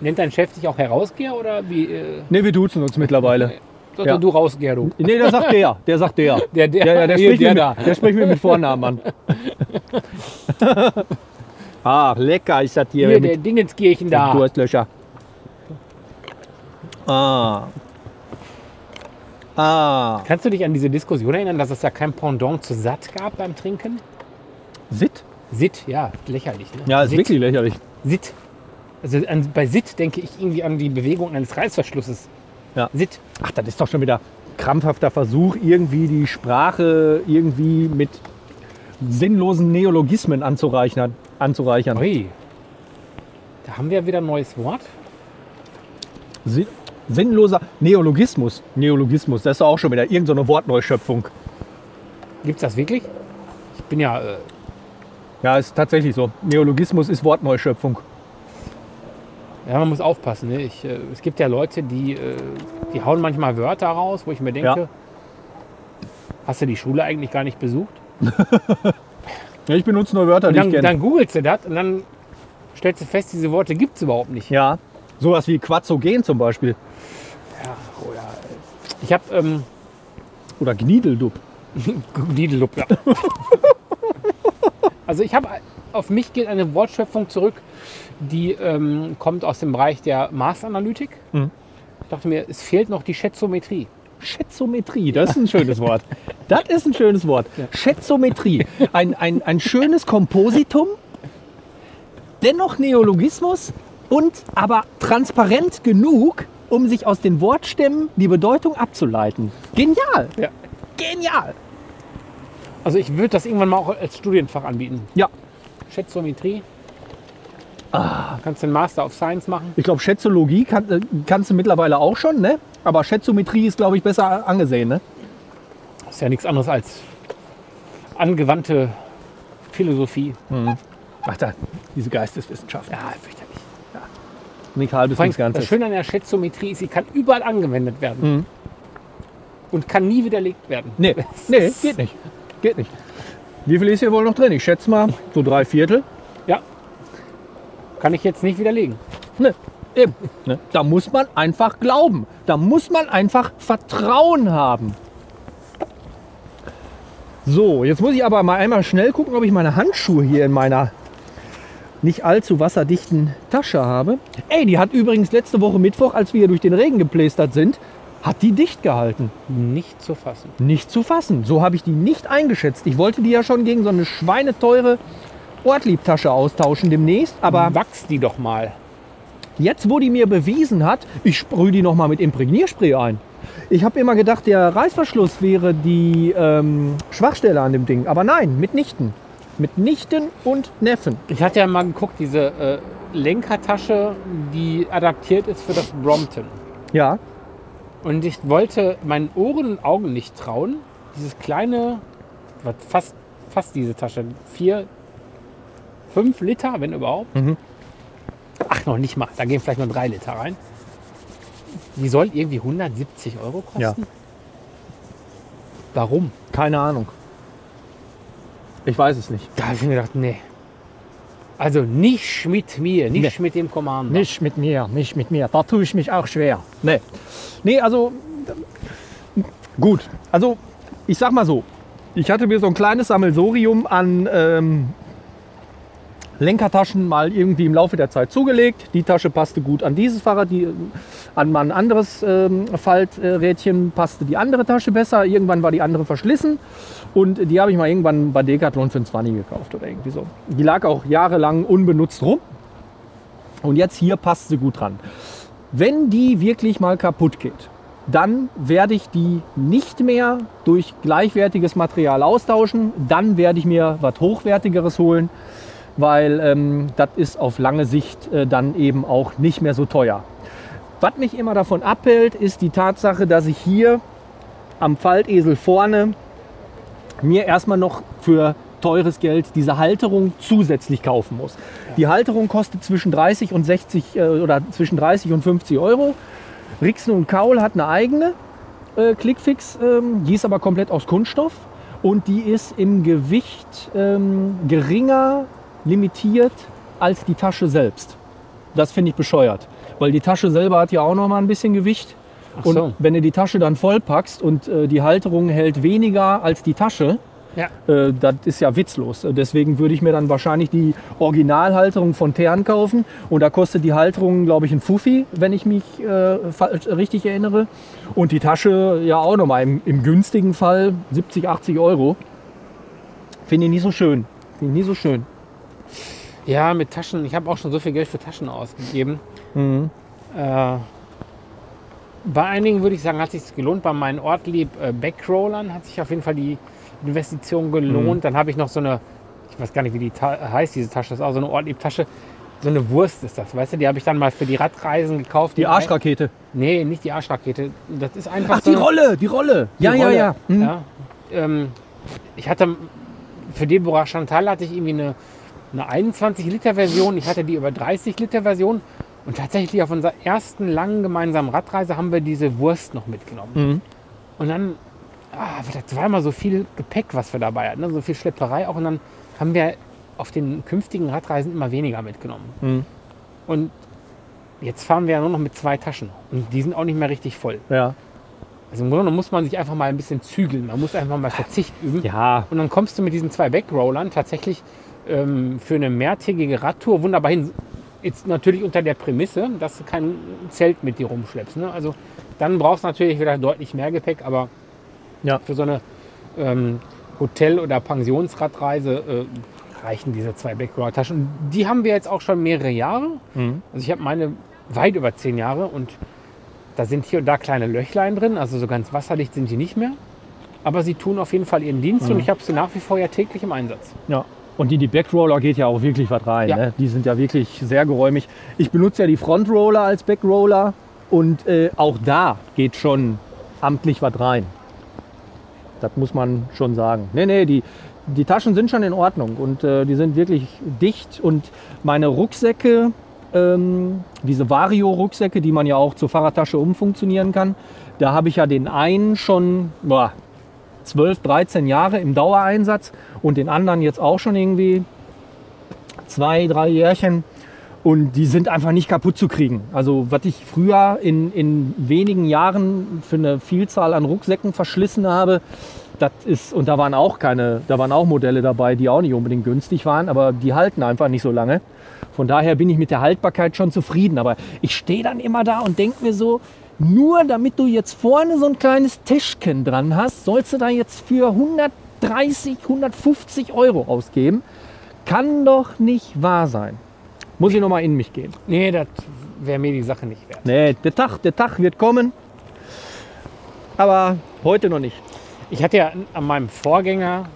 Nennt dein Chef dich auch Herausgeher oder wie? Äh,
Ne, wir duzen uns mittlerweile.
doch,
Ja.
doch, Du Rausgeher, du.
Ne, der sagt der. Der sagt der.
Der, der,
Ja, ja, der
hier,
spricht,
der
mir,
da.
mit- der spricht mir mit Vornamen an. Ach, Ah, lecker ist das hier,
Hier,
mit
der Dingenskirchen da.
Durstlöcher. Ah. Ah.
Kannst du dich an diese Diskussion erinnern, dass es ja kein Pendant zu satt gab beim Trinken?
Sitt?
Sitt, ja, lächerlich. Ne?
Ja, ist
Sitt,
wirklich lächerlich.
Sitt. Also an, bei Sitt denke ich irgendwie an die Bewegung eines Reißverschlusses.
Ja.
Sitt.
Ach, das ist doch schon wieder krampfhafter Versuch, irgendwie die Sprache irgendwie mit sinnlosen Neologismen anzureichern. anzureichern.
Ui. Da haben wir wieder ein neues Wort.
Sin- sinnloser Neologismus. Neologismus, das ist doch auch schon wieder irgendeine so eine Wortneuschöpfung.
Gibt's das wirklich? Ich bin ja. Äh,
Ja, ist tatsächlich so. Neologismus ist Wortneuschöpfung.
ja, man muss aufpassen. Ne? Ich, äh, es gibt ja Leute, die, äh, die hauen manchmal Wörter raus, wo ich mir denke,
Ja.
hast du die Schule eigentlich gar nicht besucht?
Ja, ich benutze nur Wörter,
Und
die ich
dann,
kenne.
dann googelst du das und dann stellst du fest, diese Worte gibt's überhaupt nicht.
Ja, sowas wie Quazogen zum Beispiel
Ja, oder. Ich habe ähm,
oder Gniedeldupp.
Didelup, ja. also ich habe auf mich geht eine Wortschöpfung zurück, die ähm, kommt aus dem Bereich der Maßanalytik.
Mhm.
Ich dachte mir, es fehlt noch die Schätzometrie.
Schätzometrie, das ist ein schönes Wort. Das ist ein schönes Wort. Schätzometrie. Ein, ein, ein schönes Kompositum, dennoch Neologismus und aber transparent genug, um sich aus den Wortstämmen die Bedeutung abzuleiten. Genial.
Ja.
Genial.
Also ich würde das irgendwann mal auch als Studienfach anbieten.
Ja,
Schätzometrie.
Ah.
Kannst den Master of Science machen.
ich glaube, Schätzologie kann, äh, kannst du mittlerweile auch schon, ne? Aber Schätzometrie ist, glaube ich, besser angesehen, ne?
Ist ja nichts anderes als angewandte Philosophie.
Ach, da, diese Geisteswissenschaft.
Ja, fürchterlich.
Nicht halbes,
Vor allem,
nichts Ganzes.
das Schöne an der Schätzometrie ist, sie kann überall angewendet werden. Und kann nie widerlegt werden.
Nee, nee, geht nicht. Geht nicht. Wie viel ist hier wohl noch drin? Ich schätze mal so drei Viertel.
Ja. Kann ich jetzt nicht widerlegen.
Ne, eben. Ne? Da muss man einfach glauben. Da muss man einfach Vertrauen haben. So, jetzt muss ich aber mal einmal schnell gucken, ob ich meine Handschuhe hier in meiner nicht allzu wasserdichten Tasche habe. Ey, die hat übrigens letzte Woche Mittwoch, als wir hier durch den Regen geplästert sind, hat die dicht gehalten.
Nicht zu fassen.
nicht zu fassen. So habe ich die nicht eingeschätzt. Ich wollte die ja schon gegen so eine schweineteure Ortliebtasche austauschen demnächst, aber
Wachs die doch mal.
jetzt, wo die mir bewiesen hat, ich sprühe die nochmal mit Imprägnierspray ein. Ich habe immer gedacht, der Reißverschluss wäre die ähm, Schwachstelle an dem Ding, aber nein, mitnichten. Mit Nichten und Neffen.
Ich hatte ja mal geguckt, diese äh, Lenkertasche, die adaptiert ist für das Brompton.
Ja,
Und ich wollte meinen Ohren und Augen nicht trauen. Dieses kleine, was fast, fast diese Tasche, vier, fünf Liter, wenn überhaupt.
Mhm.
Ach, noch nicht mal. Da gehen vielleicht nur drei Liter rein. Die soll irgendwie 170 Euro kosten.
Ja.
Warum?
keine Ahnung. Ich weiß es nicht.
Da habe ich mir gedacht, nee. Also nicht mit mir, nicht
Nee.
mit dem Commander.
Nicht mit mir, nicht mit mir. Da tue ich mich auch schwer. Nee. Nee, also ähm, gut. Also ich sag mal so, ich hatte mir so ein kleines Sammelsorium an ähm, Lenkertaschen mal irgendwie im Laufe der Zeit zugelegt. Die Tasche passte gut an dieses Fahrrad, die, ähm, an mein anderes ähm, Falträdchen passte die andere Tasche besser. Irgendwann war die andere verschlissen und die habe ich mal irgendwann bei Decathlon für einen 20 gekauft oder irgendwie so. Die lag auch jahrelang unbenutzt rum. Und jetzt hier passt sie gut dran. Wenn die wirklich mal kaputt geht, dann werde ich die nicht mehr durch gleichwertiges Material austauschen. Dann werde ich mir was Hochwertigeres holen, weil ähm, das ist auf lange Sicht äh, dann eben auch nicht mehr so teuer. Was mich immer davon abhält, ist die Tatsache, dass ich hier am Faltesel vorne mir erstmal noch für teures Geld diese Halterung zusätzlich kaufen muss. Die Halterung kostet zwischen 30 und 60 äh, oder zwischen 30 und 50 Euro. Rixen und Kaul hat eine eigene äh, Clickfix, ähm, die ist aber komplett aus Kunststoff und die ist im Gewicht ähm, geringer limitiert als die Tasche selbst. Das finde ich bescheuert, weil die Tasche selber hat ja auch noch mal ein bisschen Gewicht.
so.
Und wenn du die Tasche dann vollpackst und äh, die Halterung hält weniger als die Tasche,
Ja.
äh, das ist ja witzlos. Deswegen würde ich mir dann wahrscheinlich die Originalhalterung von Tern kaufen. Und da kostet die Halterung, glaube ich, ein Fuffi, wenn ich mich äh, falsch- richtig erinnere. Und die Tasche ja auch nochmal im, im günstigen Fall 70, 80 Euro. Finde ich nicht so schön. Finde ich nicht so schön.
Ja, mit Taschen. Ich habe auch schon so viel Geld für Taschen ausgegeben.
Mhm.
Äh, bei einigen würde ich sagen, hat sich gelohnt. Bei meinen Ortlieb äh, Backrollern hat sich auf jeden Fall die Investition
Mhm.
gelohnt. Dann habe ich noch so eine, ich weiß gar nicht, wie die Ta heißt, diese Tasche. Das ist auch so eine Ortlieb-Tasche. So eine Wurst ist das, weißt du? Die habe ich dann mal für die Radreisen gekauft.
Die Arschrakete.
Nee, nicht die Arschrakete. Das ist einfach
Ach,
so
die
eine-
Rolle, die Rolle.
die
ja, ja,
Rolle.
ja, Hm.
ja. Ähm, ich hatte für Deborah Chantal hatte ich irgendwie eine, eine 21 Liter Version, ich hatte die über 30 Liter Version und tatsächlich auf unserer ersten langen gemeinsamen Radreise haben wir diese Wurst noch mitgenommen.
Mhm.
Und dann ah, das war immer so viel Gepäck, was wir dabei hatten, ne? so viel Schlepperei auch und dann haben wir auf den künftigen Radreisen immer weniger mitgenommen.
Mhm.
Und jetzt fahren wir ja nur noch mit zwei Taschen und die sind auch nicht mehr richtig voll.
ja.
Also im Grunde muss man sich einfach mal ein bisschen zügeln. Man muss einfach mal Verzicht üben.
Ja,
Und dann kommst du mit diesen zwei Backrollern tatsächlich ähm, für eine mehrtägige Radtour wunderbar hin. Jetzt natürlich unter der Prämisse, dass du kein Zelt mit dir rumschleppst. Ne? Also dann brauchst du natürlich wieder deutlich mehr Gepäck, aber
Ja.
für so eine ähm, Hotel- oder Pensionsradreise äh, reichen diese zwei Backroller-Taschen. Und Die haben wir jetzt auch schon mehrere Jahre. Also ich habe meine weit über zehn Jahre und da sind hier und da kleine Löchlein drin. Also so ganz wasserdicht sind die nicht mehr. Aber sie tun auf jeden Fall ihren Dienst und ich habe sie nach wie vor ja täglich im Einsatz.
Ja. Und in die Backroller geht ja auch wirklich was rein.
Ja.
Ne? Die sind ja wirklich sehr geräumig. Ich benutze ja die Frontroller als Backroller und äh, auch da geht schon amtlich was rein. Das muss man schon sagen. Nee, nee, die, die Taschen sind schon in Ordnung und äh, die sind wirklich dicht. Und meine Rucksäcke, ähm, diese Vario-Rucksäcke, die man ja auch zur Fahrradtasche umfunktionieren kann, da habe ich ja den einen schon boah, 12, 13 Jahre im Dauereinsatz und den anderen jetzt auch schon irgendwie zwei, drei Jährchen. Und die sind einfach nicht kaputt zu kriegen. Also was ich früher in, in wenigen Jahren für eine Vielzahl an Rucksäcken verschlissen habe, das ist, und da waren auch keine, da waren auch Modelle dabei, die auch nicht unbedingt günstig waren, aber die halten einfach nicht so lange. Von daher bin ich mit der Haltbarkeit schon zufrieden. Aber ich stehe dann immer da und denke mir so, nur damit du jetzt vorne so ein kleines Tischchen dran hast, sollst du da jetzt für 130, 150 Euro ausgeben. Kann doch nicht wahr sein. Muss ich nochmal in mich gehen.
Nee, das wäre mir die Sache nicht wert.
Nee, der Tag, der Tag wird kommen. Aber heute noch nicht.
Ich hatte ja an meinem Vorgänger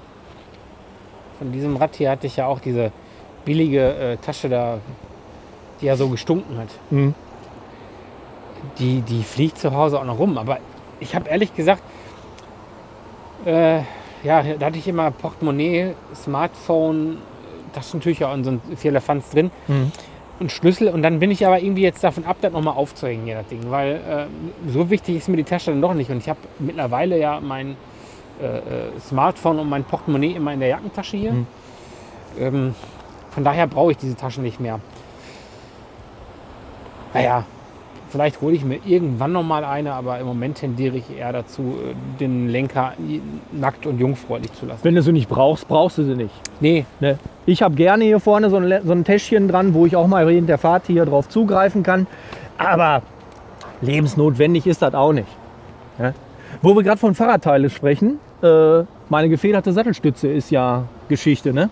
von diesem Rad hier hatte ich ja auch diese billige äh, Tasche da, die ja so gestunken hat.
Mhm.
Die, die fliegt zu Hause auch noch rum. Aber ich habe ehrlich gesagt, äh, ja, da hatte ich immer Portemonnaie, Smartphone, Taschentücher und so ein vier Elefanz drin
Mhm.
und Schlüssel. Und dann bin ich aber irgendwie jetzt davon ab, das nochmal aufzuhängen, hier das Ding. Weil äh, so wichtig ist mir die Tasche dann doch nicht. Und ich habe mittlerweile ja mein äh, äh, Smartphone und mein Portemonnaie immer in der Jackentasche hier.
Mhm.
Ähm, von daher brauche ich diese Taschen nicht mehr. Naja, vielleicht hole ich mir irgendwann nochmal eine, aber im Moment tendiere ich eher dazu, äh, den Lenker nackt und jungfräulich zu lassen.
Wenn du sie nicht brauchst, brauchst du sie nicht.
Nee,
Ne? Ich habe gerne hier vorne so ein, Le- so ein Täschchen dran, wo ich auch mal während der Fahrt hier drauf zugreifen kann. Aber lebensnotwendig ist das auch nicht. Ne? Wo wir gerade von Fahrradteile sprechen, äh, meine gefederte Sattelstütze ist ja Geschichte. Ne?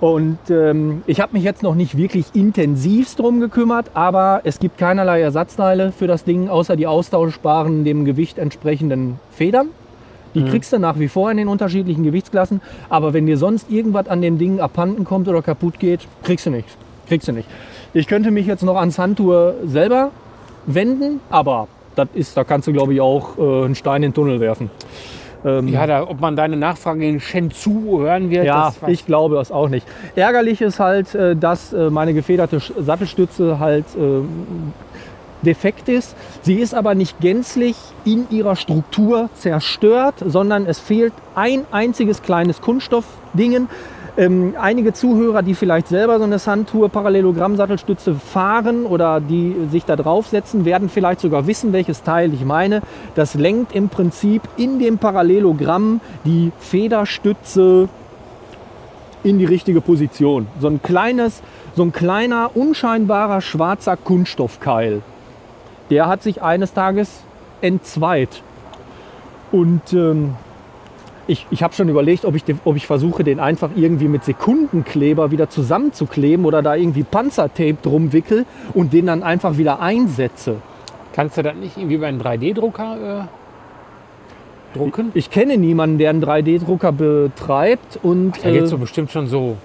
Und ähm, ich habe mich jetzt noch nicht wirklich intensivst drum gekümmert, aber es gibt keinerlei Ersatzteile für das Ding, außer die austauschbaren, dem Gewicht entsprechenden Federn. Die kriegst du nach wie vor in den unterschiedlichen Gewichtsklassen, aber wenn dir sonst irgendwas an dem Ding abhanden kommt oder kaputt geht, kriegst du nichts. Kriegst du nicht. Ich könnte mich jetzt noch ans Handtour selber wenden, aber das ist, da kannst du glaube ich auch äh, einen Stein in den Tunnel werfen. Ähm,
ja, da, ob man deine Nachfrage in Shenzhou hören wird,
ja,
das weiß
ich glaube das auch nicht. Ärgerlich ist halt, äh, dass äh, meine gefederte Sch- Sattelstütze halt ähm, defekt ist. Sie ist aber nicht gänzlich in ihrer Struktur zerstört, sondern es fehlt ein einziges kleines Kunststoffdingen. Ähm, einige Zuhörer, die vielleicht selber so eine Sandtour Parallelogramm-Sattelstütze fahren oder die sich da draufsetzen, werden vielleicht sogar wissen, welches Teil ich meine. Das lenkt im Prinzip in dem Parallelogramm die Federstütze in die richtige Position. So ein kleines, so ein kleiner, unscheinbarer schwarzer Kunststoffkeil. Der hat sich eines Tages entzweit. Und ähm, ich, ich habe schon überlegt, ob ich, den, ob ich versuche, den einfach irgendwie mit Sekundenkleber wieder zusammenzukleben oder da irgendwie Panzertape drum wickel und den dann einfach wieder einsetze.
Kannst du das nicht irgendwie über einen 3D-Drucker äh, drucken?
Ich kenne niemanden, der einen 3D-Drucker betreibt und
Da
äh,
gibt es so bestimmt schon so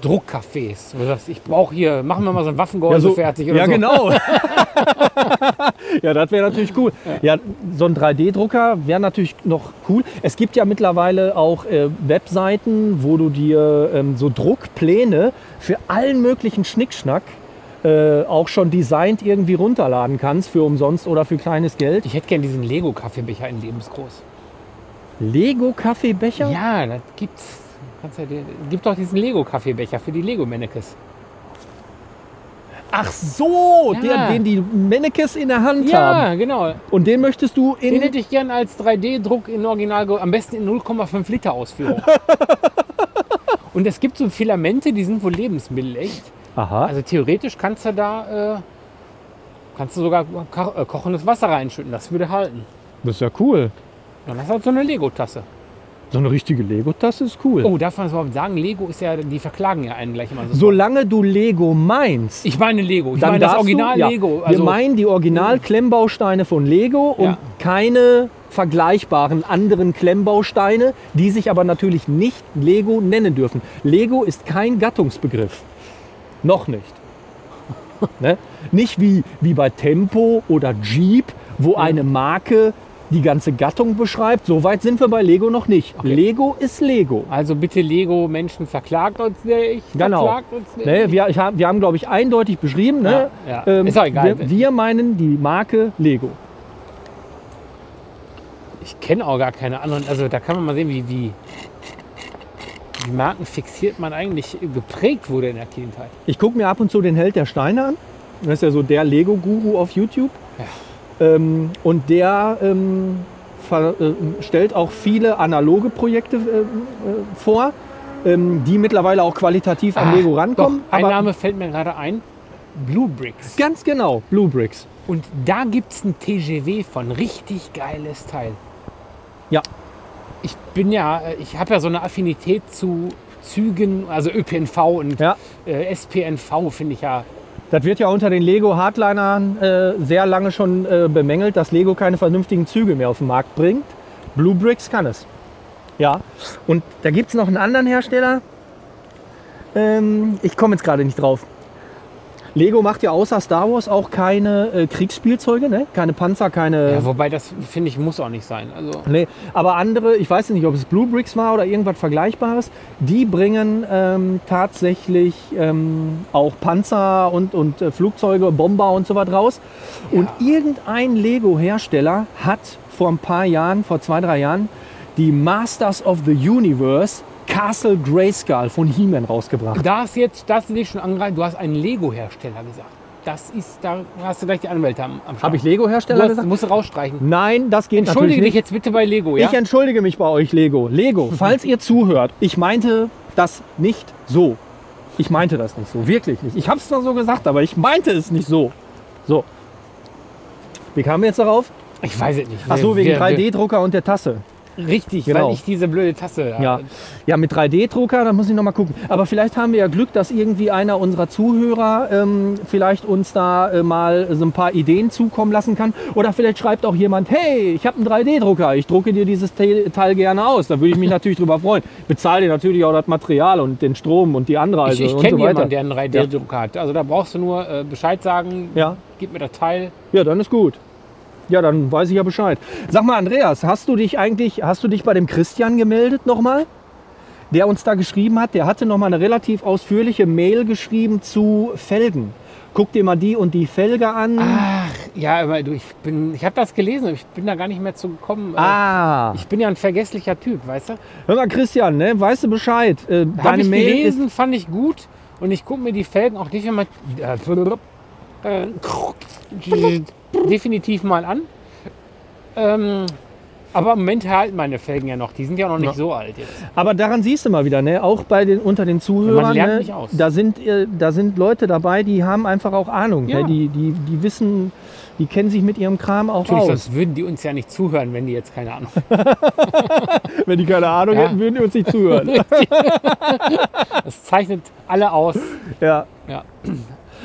Druckcafés. wo du sagst, Ich brauche hier, machen wir mal so ein Waffengehäuse fertig oder
ja,
so.
genau. ja, das wäre natürlich cool. Ja, so ein 3D-Drucker wäre natürlich noch cool. Es gibt ja mittlerweile auch äh, Webseiten, wo du dir ähm, so Druckpläne für allen möglichen Schnickschnack äh, auch schon designt irgendwie runterladen kannst für umsonst oder für kleines Geld.
Ich hätte gern diesen Lego-Kaffeebecher in lebensgroß.
Lego-Kaffeebecher?
Ja, das gibt's. Kannst ja dir, gibt doch diesen Lego-Kaffeebecher für die Lego-Mannequins.
Ach so,
Ja.
der, den die Mennekes in der Hand haben.
Ja, genau.
Und den möchtest du in
Den hätte ich gern als 3D-Druck in Original, am besten in 0,5 Liter Ausführung. Und es gibt so Filamente, die sind wohl lebensmittelecht.
Aha.
Also theoretisch kannst du da äh, kannst du sogar ko äh, kochendes Wasser reinschütten. Das würde halten.
Das ist ja cool.
Dann hast du halt so eine Lego-Tasse.
So eine richtige Lego-Tasse ist cool.
Oh, darf man das überhaupt sagen? Lego ist ja, die verklagen ja einen gleich immer so.
Solange du Lego meinst,
ich meine Lego. Ich meine das
darfst
Original
du, ja,
Lego. also-
wir meinen die Original-Klemmbausteine von Lego und
Ja.
keine vergleichbaren anderen Klemmbausteine, die sich aber natürlich nicht Lego nennen dürfen. Lego ist kein Gattungsbegriff. Noch nicht. ne? Nicht wie, wie bei Tempo oder Jeep, wo eine Marke die ganze Gattung beschreibt. So weit sind wir bei Lego noch nicht. Lego ist Lego.
also bitte Lego, Menschen verklagt uns nicht.
Genau.
Verklagt uns nicht.
Ne, wir, ich hab, wir haben, glaube ich, eindeutig beschrieben, ne?
Ja, ja. Ist auch egal.
Wir, wir meinen die Marke Lego.
Ich kenne auch gar keine anderen. Also da kann man mal sehen, wie, wie, wie markenfixiert man eigentlich geprägt wurde in der Kindheit.
Ich gucke mir ab und zu den Held der Steine an. Das ist ja so der Lego-Guru auf YouTube. Ähm, und der ähm, ver, äh, stellt auch viele analoge Projekte ähm, äh, vor, ähm, die mittlerweile auch qualitativ an Lego rankommen.
Doch, ein Name fällt mir gerade ein. Blue Bricks.
ganz genau, Blue Bricks.
Und da gibt es ein TGW von richtig geiles Teil.
Ja.
Ich bin ja, äh, ich habe ja so eine Affinität zu Zügen, also ÖPNV und
Ja.
äh, SPNV finde ich ja.
Das wird ja unter den Lego-Hardlinern äh, sehr lange schon äh, bemängelt, dass Lego keine vernünftigen Züge mehr auf den Markt bringt. Blue Bricks kann es. Ja. Und da gibt es noch einen anderen Hersteller. Ähm, ich komme jetzt gerade nicht drauf. Lego macht ja außer Star Wars auch keine äh, Kriegsspielzeuge, ne? keine Panzer, keine.
ja wobei das finde ich muss auch nicht sein. Also
Nee, aber andere, ich weiß nicht, ob es Blue Bricks war oder irgendwas Vergleichbares, die bringen ähm, tatsächlich ähm, auch Panzer und, und äh, Flugzeuge, Bomber und so was raus. Und irgendein Lego-Hersteller hat vor ein paar Jahren, vor zwei, drei Jahren, die Masters of the Universe Castle Grayskull von He-Man rausgebracht.
das jetzt, das dich schon angreift. Du hast einen Lego-Hersteller gesagt. Das ist, da hast du gleich die Anwälte am, am Start.
Habe ich
du
Lego-Hersteller
hast,
gesagt?
musst du rausstreichen.
Nein, das geht natürlich
Entschuldige
nicht.
dich jetzt bitte bei Lego, ja?
Ich entschuldige mich bei euch, Lego. Lego, falls ihr zuhört, ich meinte das nicht so. Ich meinte das nicht so, wirklich nicht. Ich habe es zwar so gesagt, aber ich meinte es nicht so. So. Wie kamen wir jetzt darauf?
Ich weiß es nicht.
Ach so,
Wir-
wegen
wir- wir-
3D-Drucker und der Tasse.
Richtig,
Genau.
weil ich diese blöde Tasse da.
Ja, ja mit 3D-Drucker, da muss ich nochmal gucken. Aber vielleicht haben wir ja Glück, dass irgendwie einer unserer Zuhörer ähm, vielleicht uns da äh, mal so ein paar Ideen zukommen lassen kann. Oder vielleicht schreibt auch jemand, hey, ich habe einen 3D-Drucker, ich drucke dir dieses Te Teil gerne aus. Da würde ich mich natürlich drüber freuen. Bezahl dir natürlich auch das Material und den Strom und die Anreise
Ich, ich
Also und
kenne
so weiter.
jemanden, der einen 3D-Drucker hat. Also da brauchst du nur äh, Bescheid sagen,
ja.
gib mir das Teil.
ja, dann ist gut. Ja, dann weiß ich ja Bescheid. Sag mal, Andreas, hast du dich eigentlich, hast du dich bei dem Christian gemeldet nochmal? Der uns da geschrieben hat, der hatte nochmal eine relativ ausführliche Mail geschrieben zu Felgen. Guck dir mal die und die Felge an.
Ach, ja, aber du, ich bin, ich habe das gelesen, aber ich bin da gar nicht mehr zu gekommen. Äh,
Ah.
Ich bin ja ein vergesslicher Typ, weißt du?
Hör mal, Christian, ne? weißt du Bescheid? Äh,
Habe
deine
ich
Mail ist.
gelesen, fand ich gut und ich gucke mir die Felgen auch definitiv mal, äh, definitiv mal an. Ähm, aber im Moment halten meine Felgen ja noch. Die sind ja noch nicht
Ja.
so alt jetzt.
Aber daran siehst du mal wieder, ne? auch bei den, unter den Zuhörern,
Man lernt
ne?
nicht aus.
Da, sind, äh, da sind Leute dabei, die haben einfach auch Ahnung.
Ja.
Ne? Die, die, die wissen, die kennen sich mit ihrem Kram auch
Natürlich,
aus.
sonst würden die uns ja nicht zuhören, wenn die jetzt keine Ahnung
Wenn die keine Ahnung
Ja.
hätten, würden die uns nicht zuhören.
Das zeichnet alle aus.
Ja.
Ja.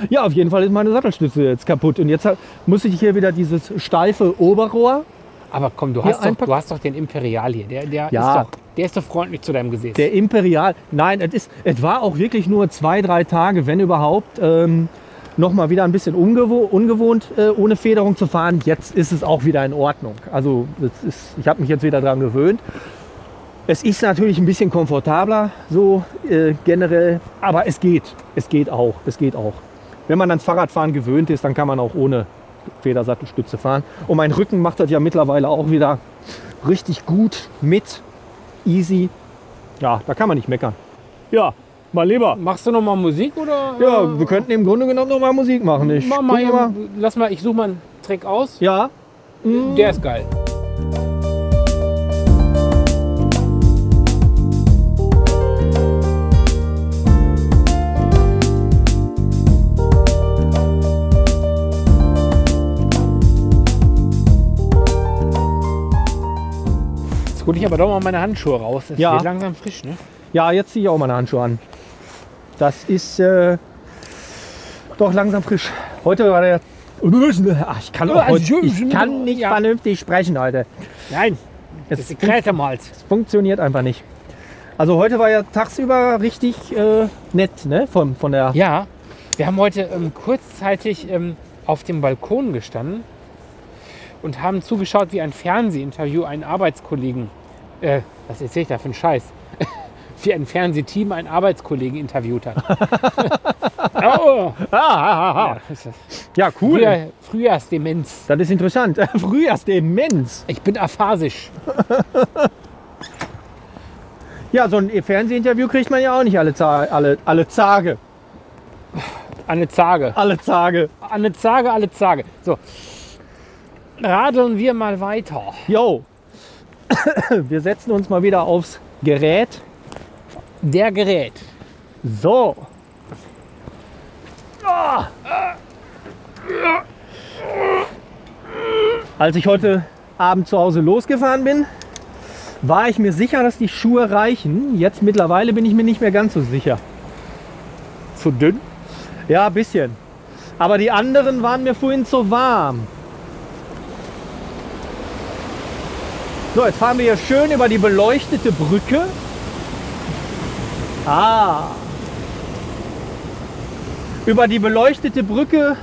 Ja, auf jeden Fall ist meine Sattelstütze jetzt kaputt. Und jetzt ha- muss ich hier wieder dieses steife Oberrohr.
Aber komm, du
Hier
hast, doch,
einpacken.
du hast doch den Imperial hier. Der, der, ist,
Ja.
doch, der ist doch freundlich zu deinem Gesäß.
Der Imperial. Nein, es, ist, es war auch wirklich nur zwei, drei Tage, wenn überhaupt, ähm, nochmal wieder ein bisschen ungewo ungewohnt, äh, ohne Federung zu fahren. Jetzt ist es auch wieder in Ordnung. Also es ist, ich habe mich jetzt wieder dran gewöhnt. Es ist natürlich ein bisschen komfortabler, so äh, generell. Aber es geht. Es geht auch. Es geht auch. Wenn man ans Fahrradfahren gewöhnt ist, dann kann man auch ohne Federsattelstütze fahren. Und mein Rücken macht das ja mittlerweile auch wieder richtig gut mit. Easy. Ja, da kann man nicht meckern. Ja, mal lieber.
Machst du nochmal Musik oder?
Ja,
äh,
wir könnten im Grunde genommen nochmal Musik machen. Ich
mach
guck
mal, hier-
mal.
Lass mal, ich suche mal einen Trick aus.
Ja,
Der ist geil. Jetzt hole ich aber doch mal meine Handschuhe raus. Es
Ja.
wird langsam frisch, ne?
Ja, jetzt ziehe ich auch meine Handschuhe an. Das ist äh, doch langsam frisch. Heute war der. Ach, ich kann, auch heute, also ich kann nicht
Ja.
vernünftig sprechen heute.
Nein, das
Es
ist Kräht am Hals.
funktioniert einfach nicht. Also heute war ja tagsüber richtig äh, nett, ne? Von, von der.
Ja, wir haben heute ähm, kurzzeitig ähm, auf dem Balkon gestanden und haben zugeschaut, wie ein Fernsehinterview einen Arbeitskollegen, äh, was erzähle ich da für einen Scheiß, wie ein Fernsehteam einen Arbeitskollegen interviewt hat. oh,
Ah, ah, ah, ah.
ja, ist das.
ja, cool.
Frühjahr, Frühjahrsdemenz.
Das ist interessant. Frühjahrsdemenz.
Ich bin aphasisch.
Ja, so ein Fernsehinterview kriegt man ja auch nicht alle, Za- alle, alle Tage.
Anne Zage.
Alle Tage.
Anne Zage, alle Zage. So. Radeln wir mal weiter.
Yo. Wir setzen uns mal wieder aufs Gerät.
Der Gerät.
So. Als ich heute Abend zu Hause losgefahren bin, war ich mir sicher, dass die Schuhe reichen. Jetzt mittlerweile bin ich mir nicht mehr ganz so sicher.
Zu dünn?
Ja, ein bisschen. Aber die anderen waren mir vorhin zu warm. So, jetzt fahren wir hier schön über die beleuchtete Brücke. Ah. Über die beleuchtete Brücke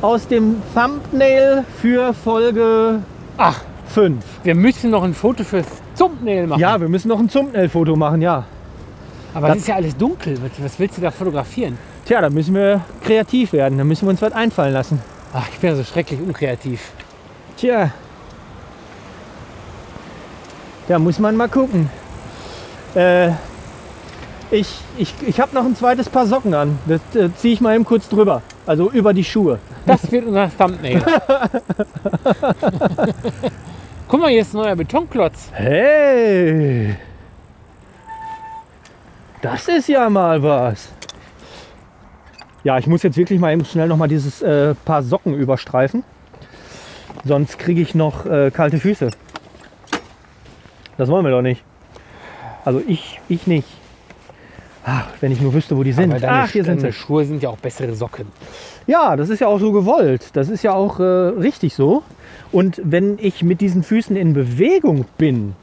aus dem Thumbnail für Folge
Ach,
5.
wir müssen noch ein Foto fürs Thumbnail machen.
Ja, wir müssen noch ein Thumbnail-Foto machen, ja.
Aber
Das-
es ist ja alles dunkel. Was- Was willst du da fotografieren?
Tja, da müssen wir kreativ werden. Da müssen wir uns was einfallen lassen.
Ach, ich bin ja so schrecklich unkreativ.
Tja. Da muss man mal gucken. Äh, ich ich, ich habe noch ein zweites Paar Socken an. Das äh, ziehe ich mal eben kurz drüber. Also über die Schuhe.
Das wird unser Thumbnail. Guck mal, hier ist ein neuer Betonklotz.
Hey! Das ist ja mal was. Ja, ich muss jetzt wirklich mal eben schnell nochmal dieses äh, Paar Socken überstreifen. Sonst kriege ich noch äh, kalte Füße. Das wollen wir doch nicht. Also ich, ich nicht. Ach, wenn ich nur wüsste, wo die sind.
Aber deine,
Ach, hier sind
deine
sie.
Schuhe sind ja auch bessere Socken.
Ja, das ist ja auch so gewollt. Das ist ja auch äh, richtig so. Und wenn ich mit diesen Füßen in Bewegung bin,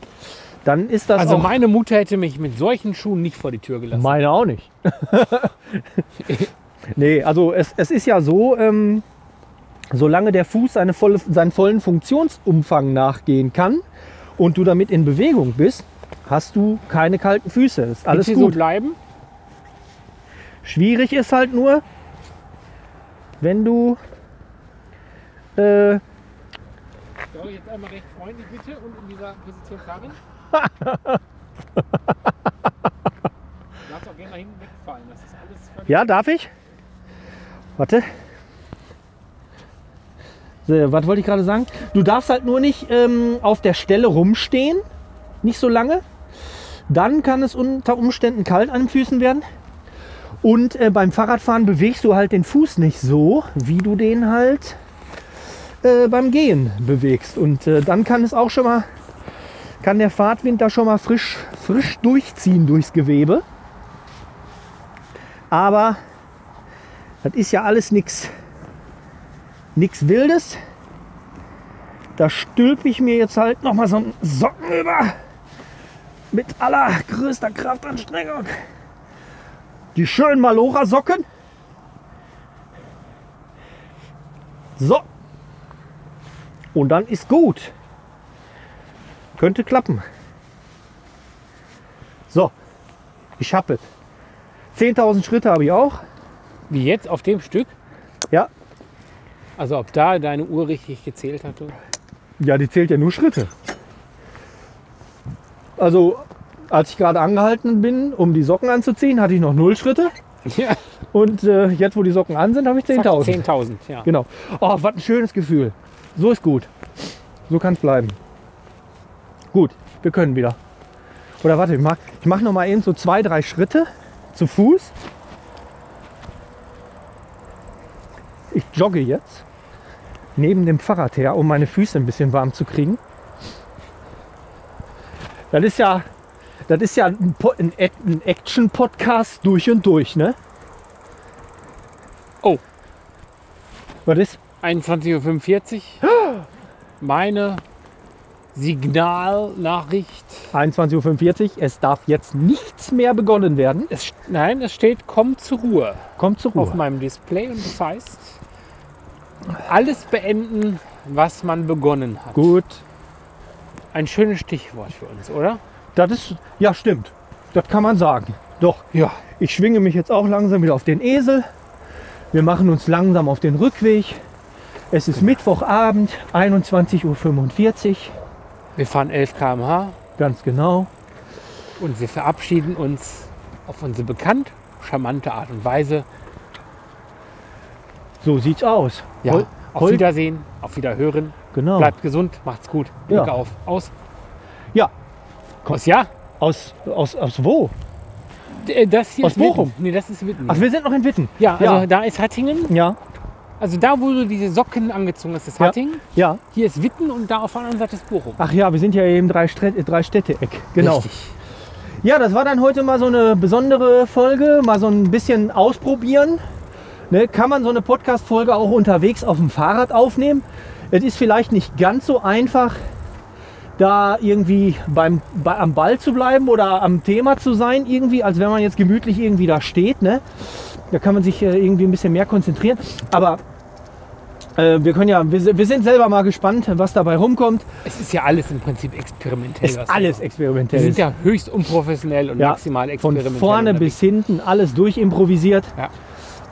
dann ist das
Also
auch
meine Mutter hätte mich mit solchen Schuhen nicht vor die Tür gelassen.
Meine auch nicht. nee, also es, es ist ja so, ähm, solange der Fuß seine volle, seinen vollen Funktionsumfang nachgehen kann und du damit in Bewegung bist, hast du keine kalten Füße. Ist alles
Wird sie so
gut.
bleiben?
Schwierig ist halt nur, wenn du äh,
Soll ich jetzt einmal recht freundlich bitte und in dieser Position fahren? du darfst auch gerne mal hinten wegfallen. Das ist alles völlig
Ja, darf ich? Warte. So, was wollte ich gerade sagen? Du darfst halt nur nicht ähm, auf der Stelle rumstehen. Nicht so lange. Dann kann es unter Umständen kalt an den Füßen werden. Und äh, beim Fahrradfahren bewegst du halt den Fuß nicht so, wie du den halt äh, beim Gehen bewegst. Und äh, dann kann es auch schon mal, kann der Fahrtwind da schon mal frisch, frisch durchziehen durchs Gewebe. Aber das ist ja alles nichts nix Wildes. Da stülpe ich mir jetzt halt nochmal so einen Socken über. Mit allergrößter Kraftanstrengung. Die schönen Malora-Socken. So. Und dann ist gut. Könnte klappen. So. Ich hab es. 10.000 Schritte habe ich auch.
Wie jetzt auf dem Stück?
Ja.
Also ob da deine Uhr richtig gezählt hatte?
Ja, die zählt ja nur Schritte. Also, als ich gerade angehalten bin, um die Socken anzuziehen, hatte ich noch null Schritte.
Ja.
Und äh, jetzt, wo die Socken an sind, habe ich 10.000.
10.000. 10.000, ja.
Genau. Oh, was ein schönes Gefühl. So ist gut. So kann es bleiben. Gut, wir können wieder. Oder warte, ich mache ich mach noch mal eben so zwei, drei Schritte zu Fuß. Ich jogge jetzt neben dem Fahrrad her, um meine Füße ein bisschen warm zu kriegen. Das ist ja, das ist ja ein, Po- ein, Ac- ein Action-Podcast durch und durch, ne?
Oh.
Was ist?
21.45 Uhr. Meine Signalnachricht.
21.45 Uhr. Es darf jetzt nichts mehr begonnen werden.
Es, nein, es steht, komm zur Ruhe
Kommt zur
auf
Ruhe.
meinem Display und das heißt, alles beenden, was man begonnen hat.
Gut.
Ein schönes Stichwort für uns, oder?
Das ist, ja, stimmt. Das kann man sagen. Doch,
Ja.
ich schwinge mich jetzt auch langsam wieder auf den Esel. Wir machen uns langsam auf den Rückweg. Es ist Mittwochabend, 21.45 Uhr.
Wir fahren 11 km/h
Ganz genau.
und wir verabschieden uns auf unsere bekannt charmante Art und Weise.
So sieht's aus.
Ja.
Hol-
auf
hol-
Wiedersehen, auf Wiederhören.
Genau.
Bleibt gesund, macht's gut. Blick
Ja.
auf. Aus.
Ja.
Aus ja?
Aus, aus, aus wo?
D- äh, Das hier
Aus
ist Witten.
Bochum?
Nee, das ist Witten.
Ach, wir sind noch in Witten.
ja, also
ja.
da ist Hattingen.
Ja,
Also da, wo du diese Socken angezogen hast, ist
Ja.
Hattingen.
ja.
Hier ist Witten und da auf der anderen Seite ist Bochum.
Ach ja, wir sind ja eben drei, Stre drei Städte-Eck. Genau.
Richtig.
Ja, das war dann heute mal so eine besondere Folge, mal so ein bisschen ausprobieren. Ne, kann man so eine Podcast-Folge auch unterwegs auf dem Fahrrad aufnehmen? Es ist vielleicht nicht ganz so einfach, da irgendwie beim, bei, am Ball zu bleiben oder am Thema zu sein, irgendwie, als wenn man jetzt gemütlich irgendwie da steht. Ne? Da kann man sich äh, irgendwie ein bisschen mehr konzentrieren. Aber äh, wir können ja, wir, sind- wir sind selber mal gespannt, was dabei rumkommt.
Es ist ja alles im Prinzip experimentell.
Ist
was wir
alles
machen.
experimentell.
Wir sind ja höchst unprofessionell und
Ja,
maximal
von
experimentell.
vorne
unterwegs.
bis hinten alles durchimprovisiert.
Ja.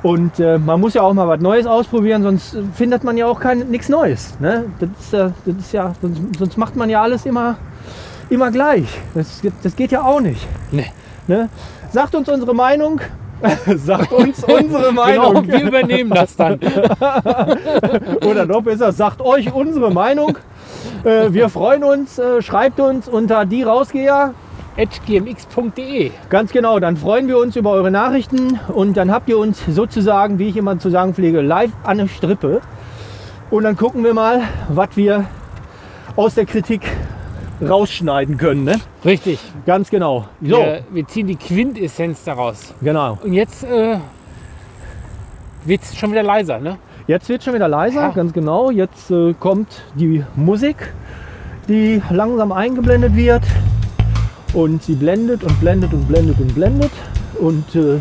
Und äh, man muss ja auch mal was Neues ausprobieren, sonst äh, findet man ja auch nichts Neues. Ne? Das ist, äh, das ist ja, sonst, sonst macht man ja alles immer, immer gleich. Das, geht- das geht ja auch nicht.
Nee.
Ne? Sagt uns unsere Meinung. sagt uns unsere
Genau,
Meinung.
wir übernehmen das dann.
Oder noch besser, sagt euch unsere Meinung. Äh, wir freuen uns. Äh, schreibt uns unter die Rausgeher.
gmx.de.
Ganz genau, dann freuen wir uns über eure Nachrichten und dann habt ihr uns sozusagen, wie ich immer zu sagen pflege, live an der Strippe. Und dann gucken wir mal, was wir aus der Kritik rausschneiden können. Ne?
Richtig.
Ganz genau. So,
Wir, wir ziehen die Quintessenz daraus.
genau.
Und jetzt äh, wird es schon wieder leiser, ne?
Jetzt wird schon wieder leiser,
Ja.
ganz genau. Jetzt äh, kommt die Musik, die langsam eingeblendet wird. Und sie blendet und blendet und blendet und blendet. Und äh,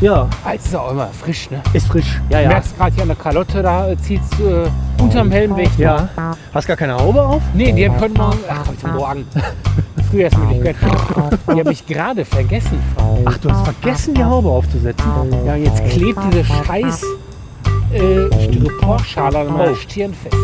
ja,
Ah, Es ist auch immer frisch, ne?
ist frisch. Ja,
Du merkst gerade hier an der Kalotte, da zieht es äh, unterm Helm weg.
Ja. Hast gar keine Haube auf?
Nee, die haben heute Morgen. Ach, heute Morgen. Frühjahrsmüdigkeit. Die habe ich gerade vergessen.
Ach, du hast vergessen, die Haube aufzusetzen.
Ja, und jetzt klebt diese scheiß äh, Oh. Styroporschale an meiner Stirn fest.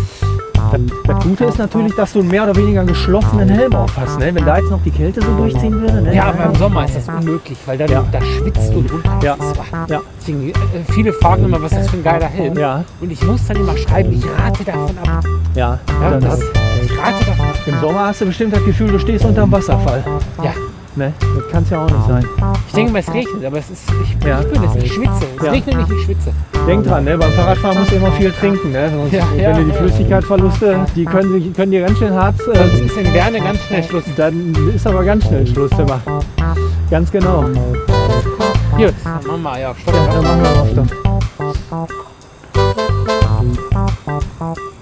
Das, das Gute ist natürlich, dass du einen mehr oder weniger geschlossenen Helm auf hast. Ne? Wenn da jetzt noch die Kälte so durchziehen würde. Ne?
Ja, aber im Sommer ist das unmöglich, weil dann
Ja.
da schwitzt du drunter.
Ja.
Das war-
Ja.
Deswegen, äh, viele fragen immer, was ist das für ein geiler Helm?
Ja,
Und ich muss dann immer schreiben, ich rate davon ab.
ja.
Ja,
Dann
das,
hast,
ich rate davon ab.
Im Sommer hast du bestimmt das Gefühl, du stehst unterm Wasserfall.
Ja.
Ne? Das kann es ja auch nicht sein.
Ich denke mal, es regnet, aber es ist, ich,
Ja.
ich bin es, ich schwitze. Es
Ja.
regnet nicht, ich schwitze.
Denk dran, ne? beim Fahrradfahren musst du immer viel trinken. Ne? Sonst,
Ja,
wenn
ja.
du die Flüssigkeitverluste, die können, sich- können dir ganz schön hart.
Sonst
Äh,
ist in Werne ganz schnell Schluss.
dann ist aber ganz schnell Schluss immer. Ganz genau.
Hier, dann machen wir ja, stopp.
Dann machen wir auf dann.
Thank you.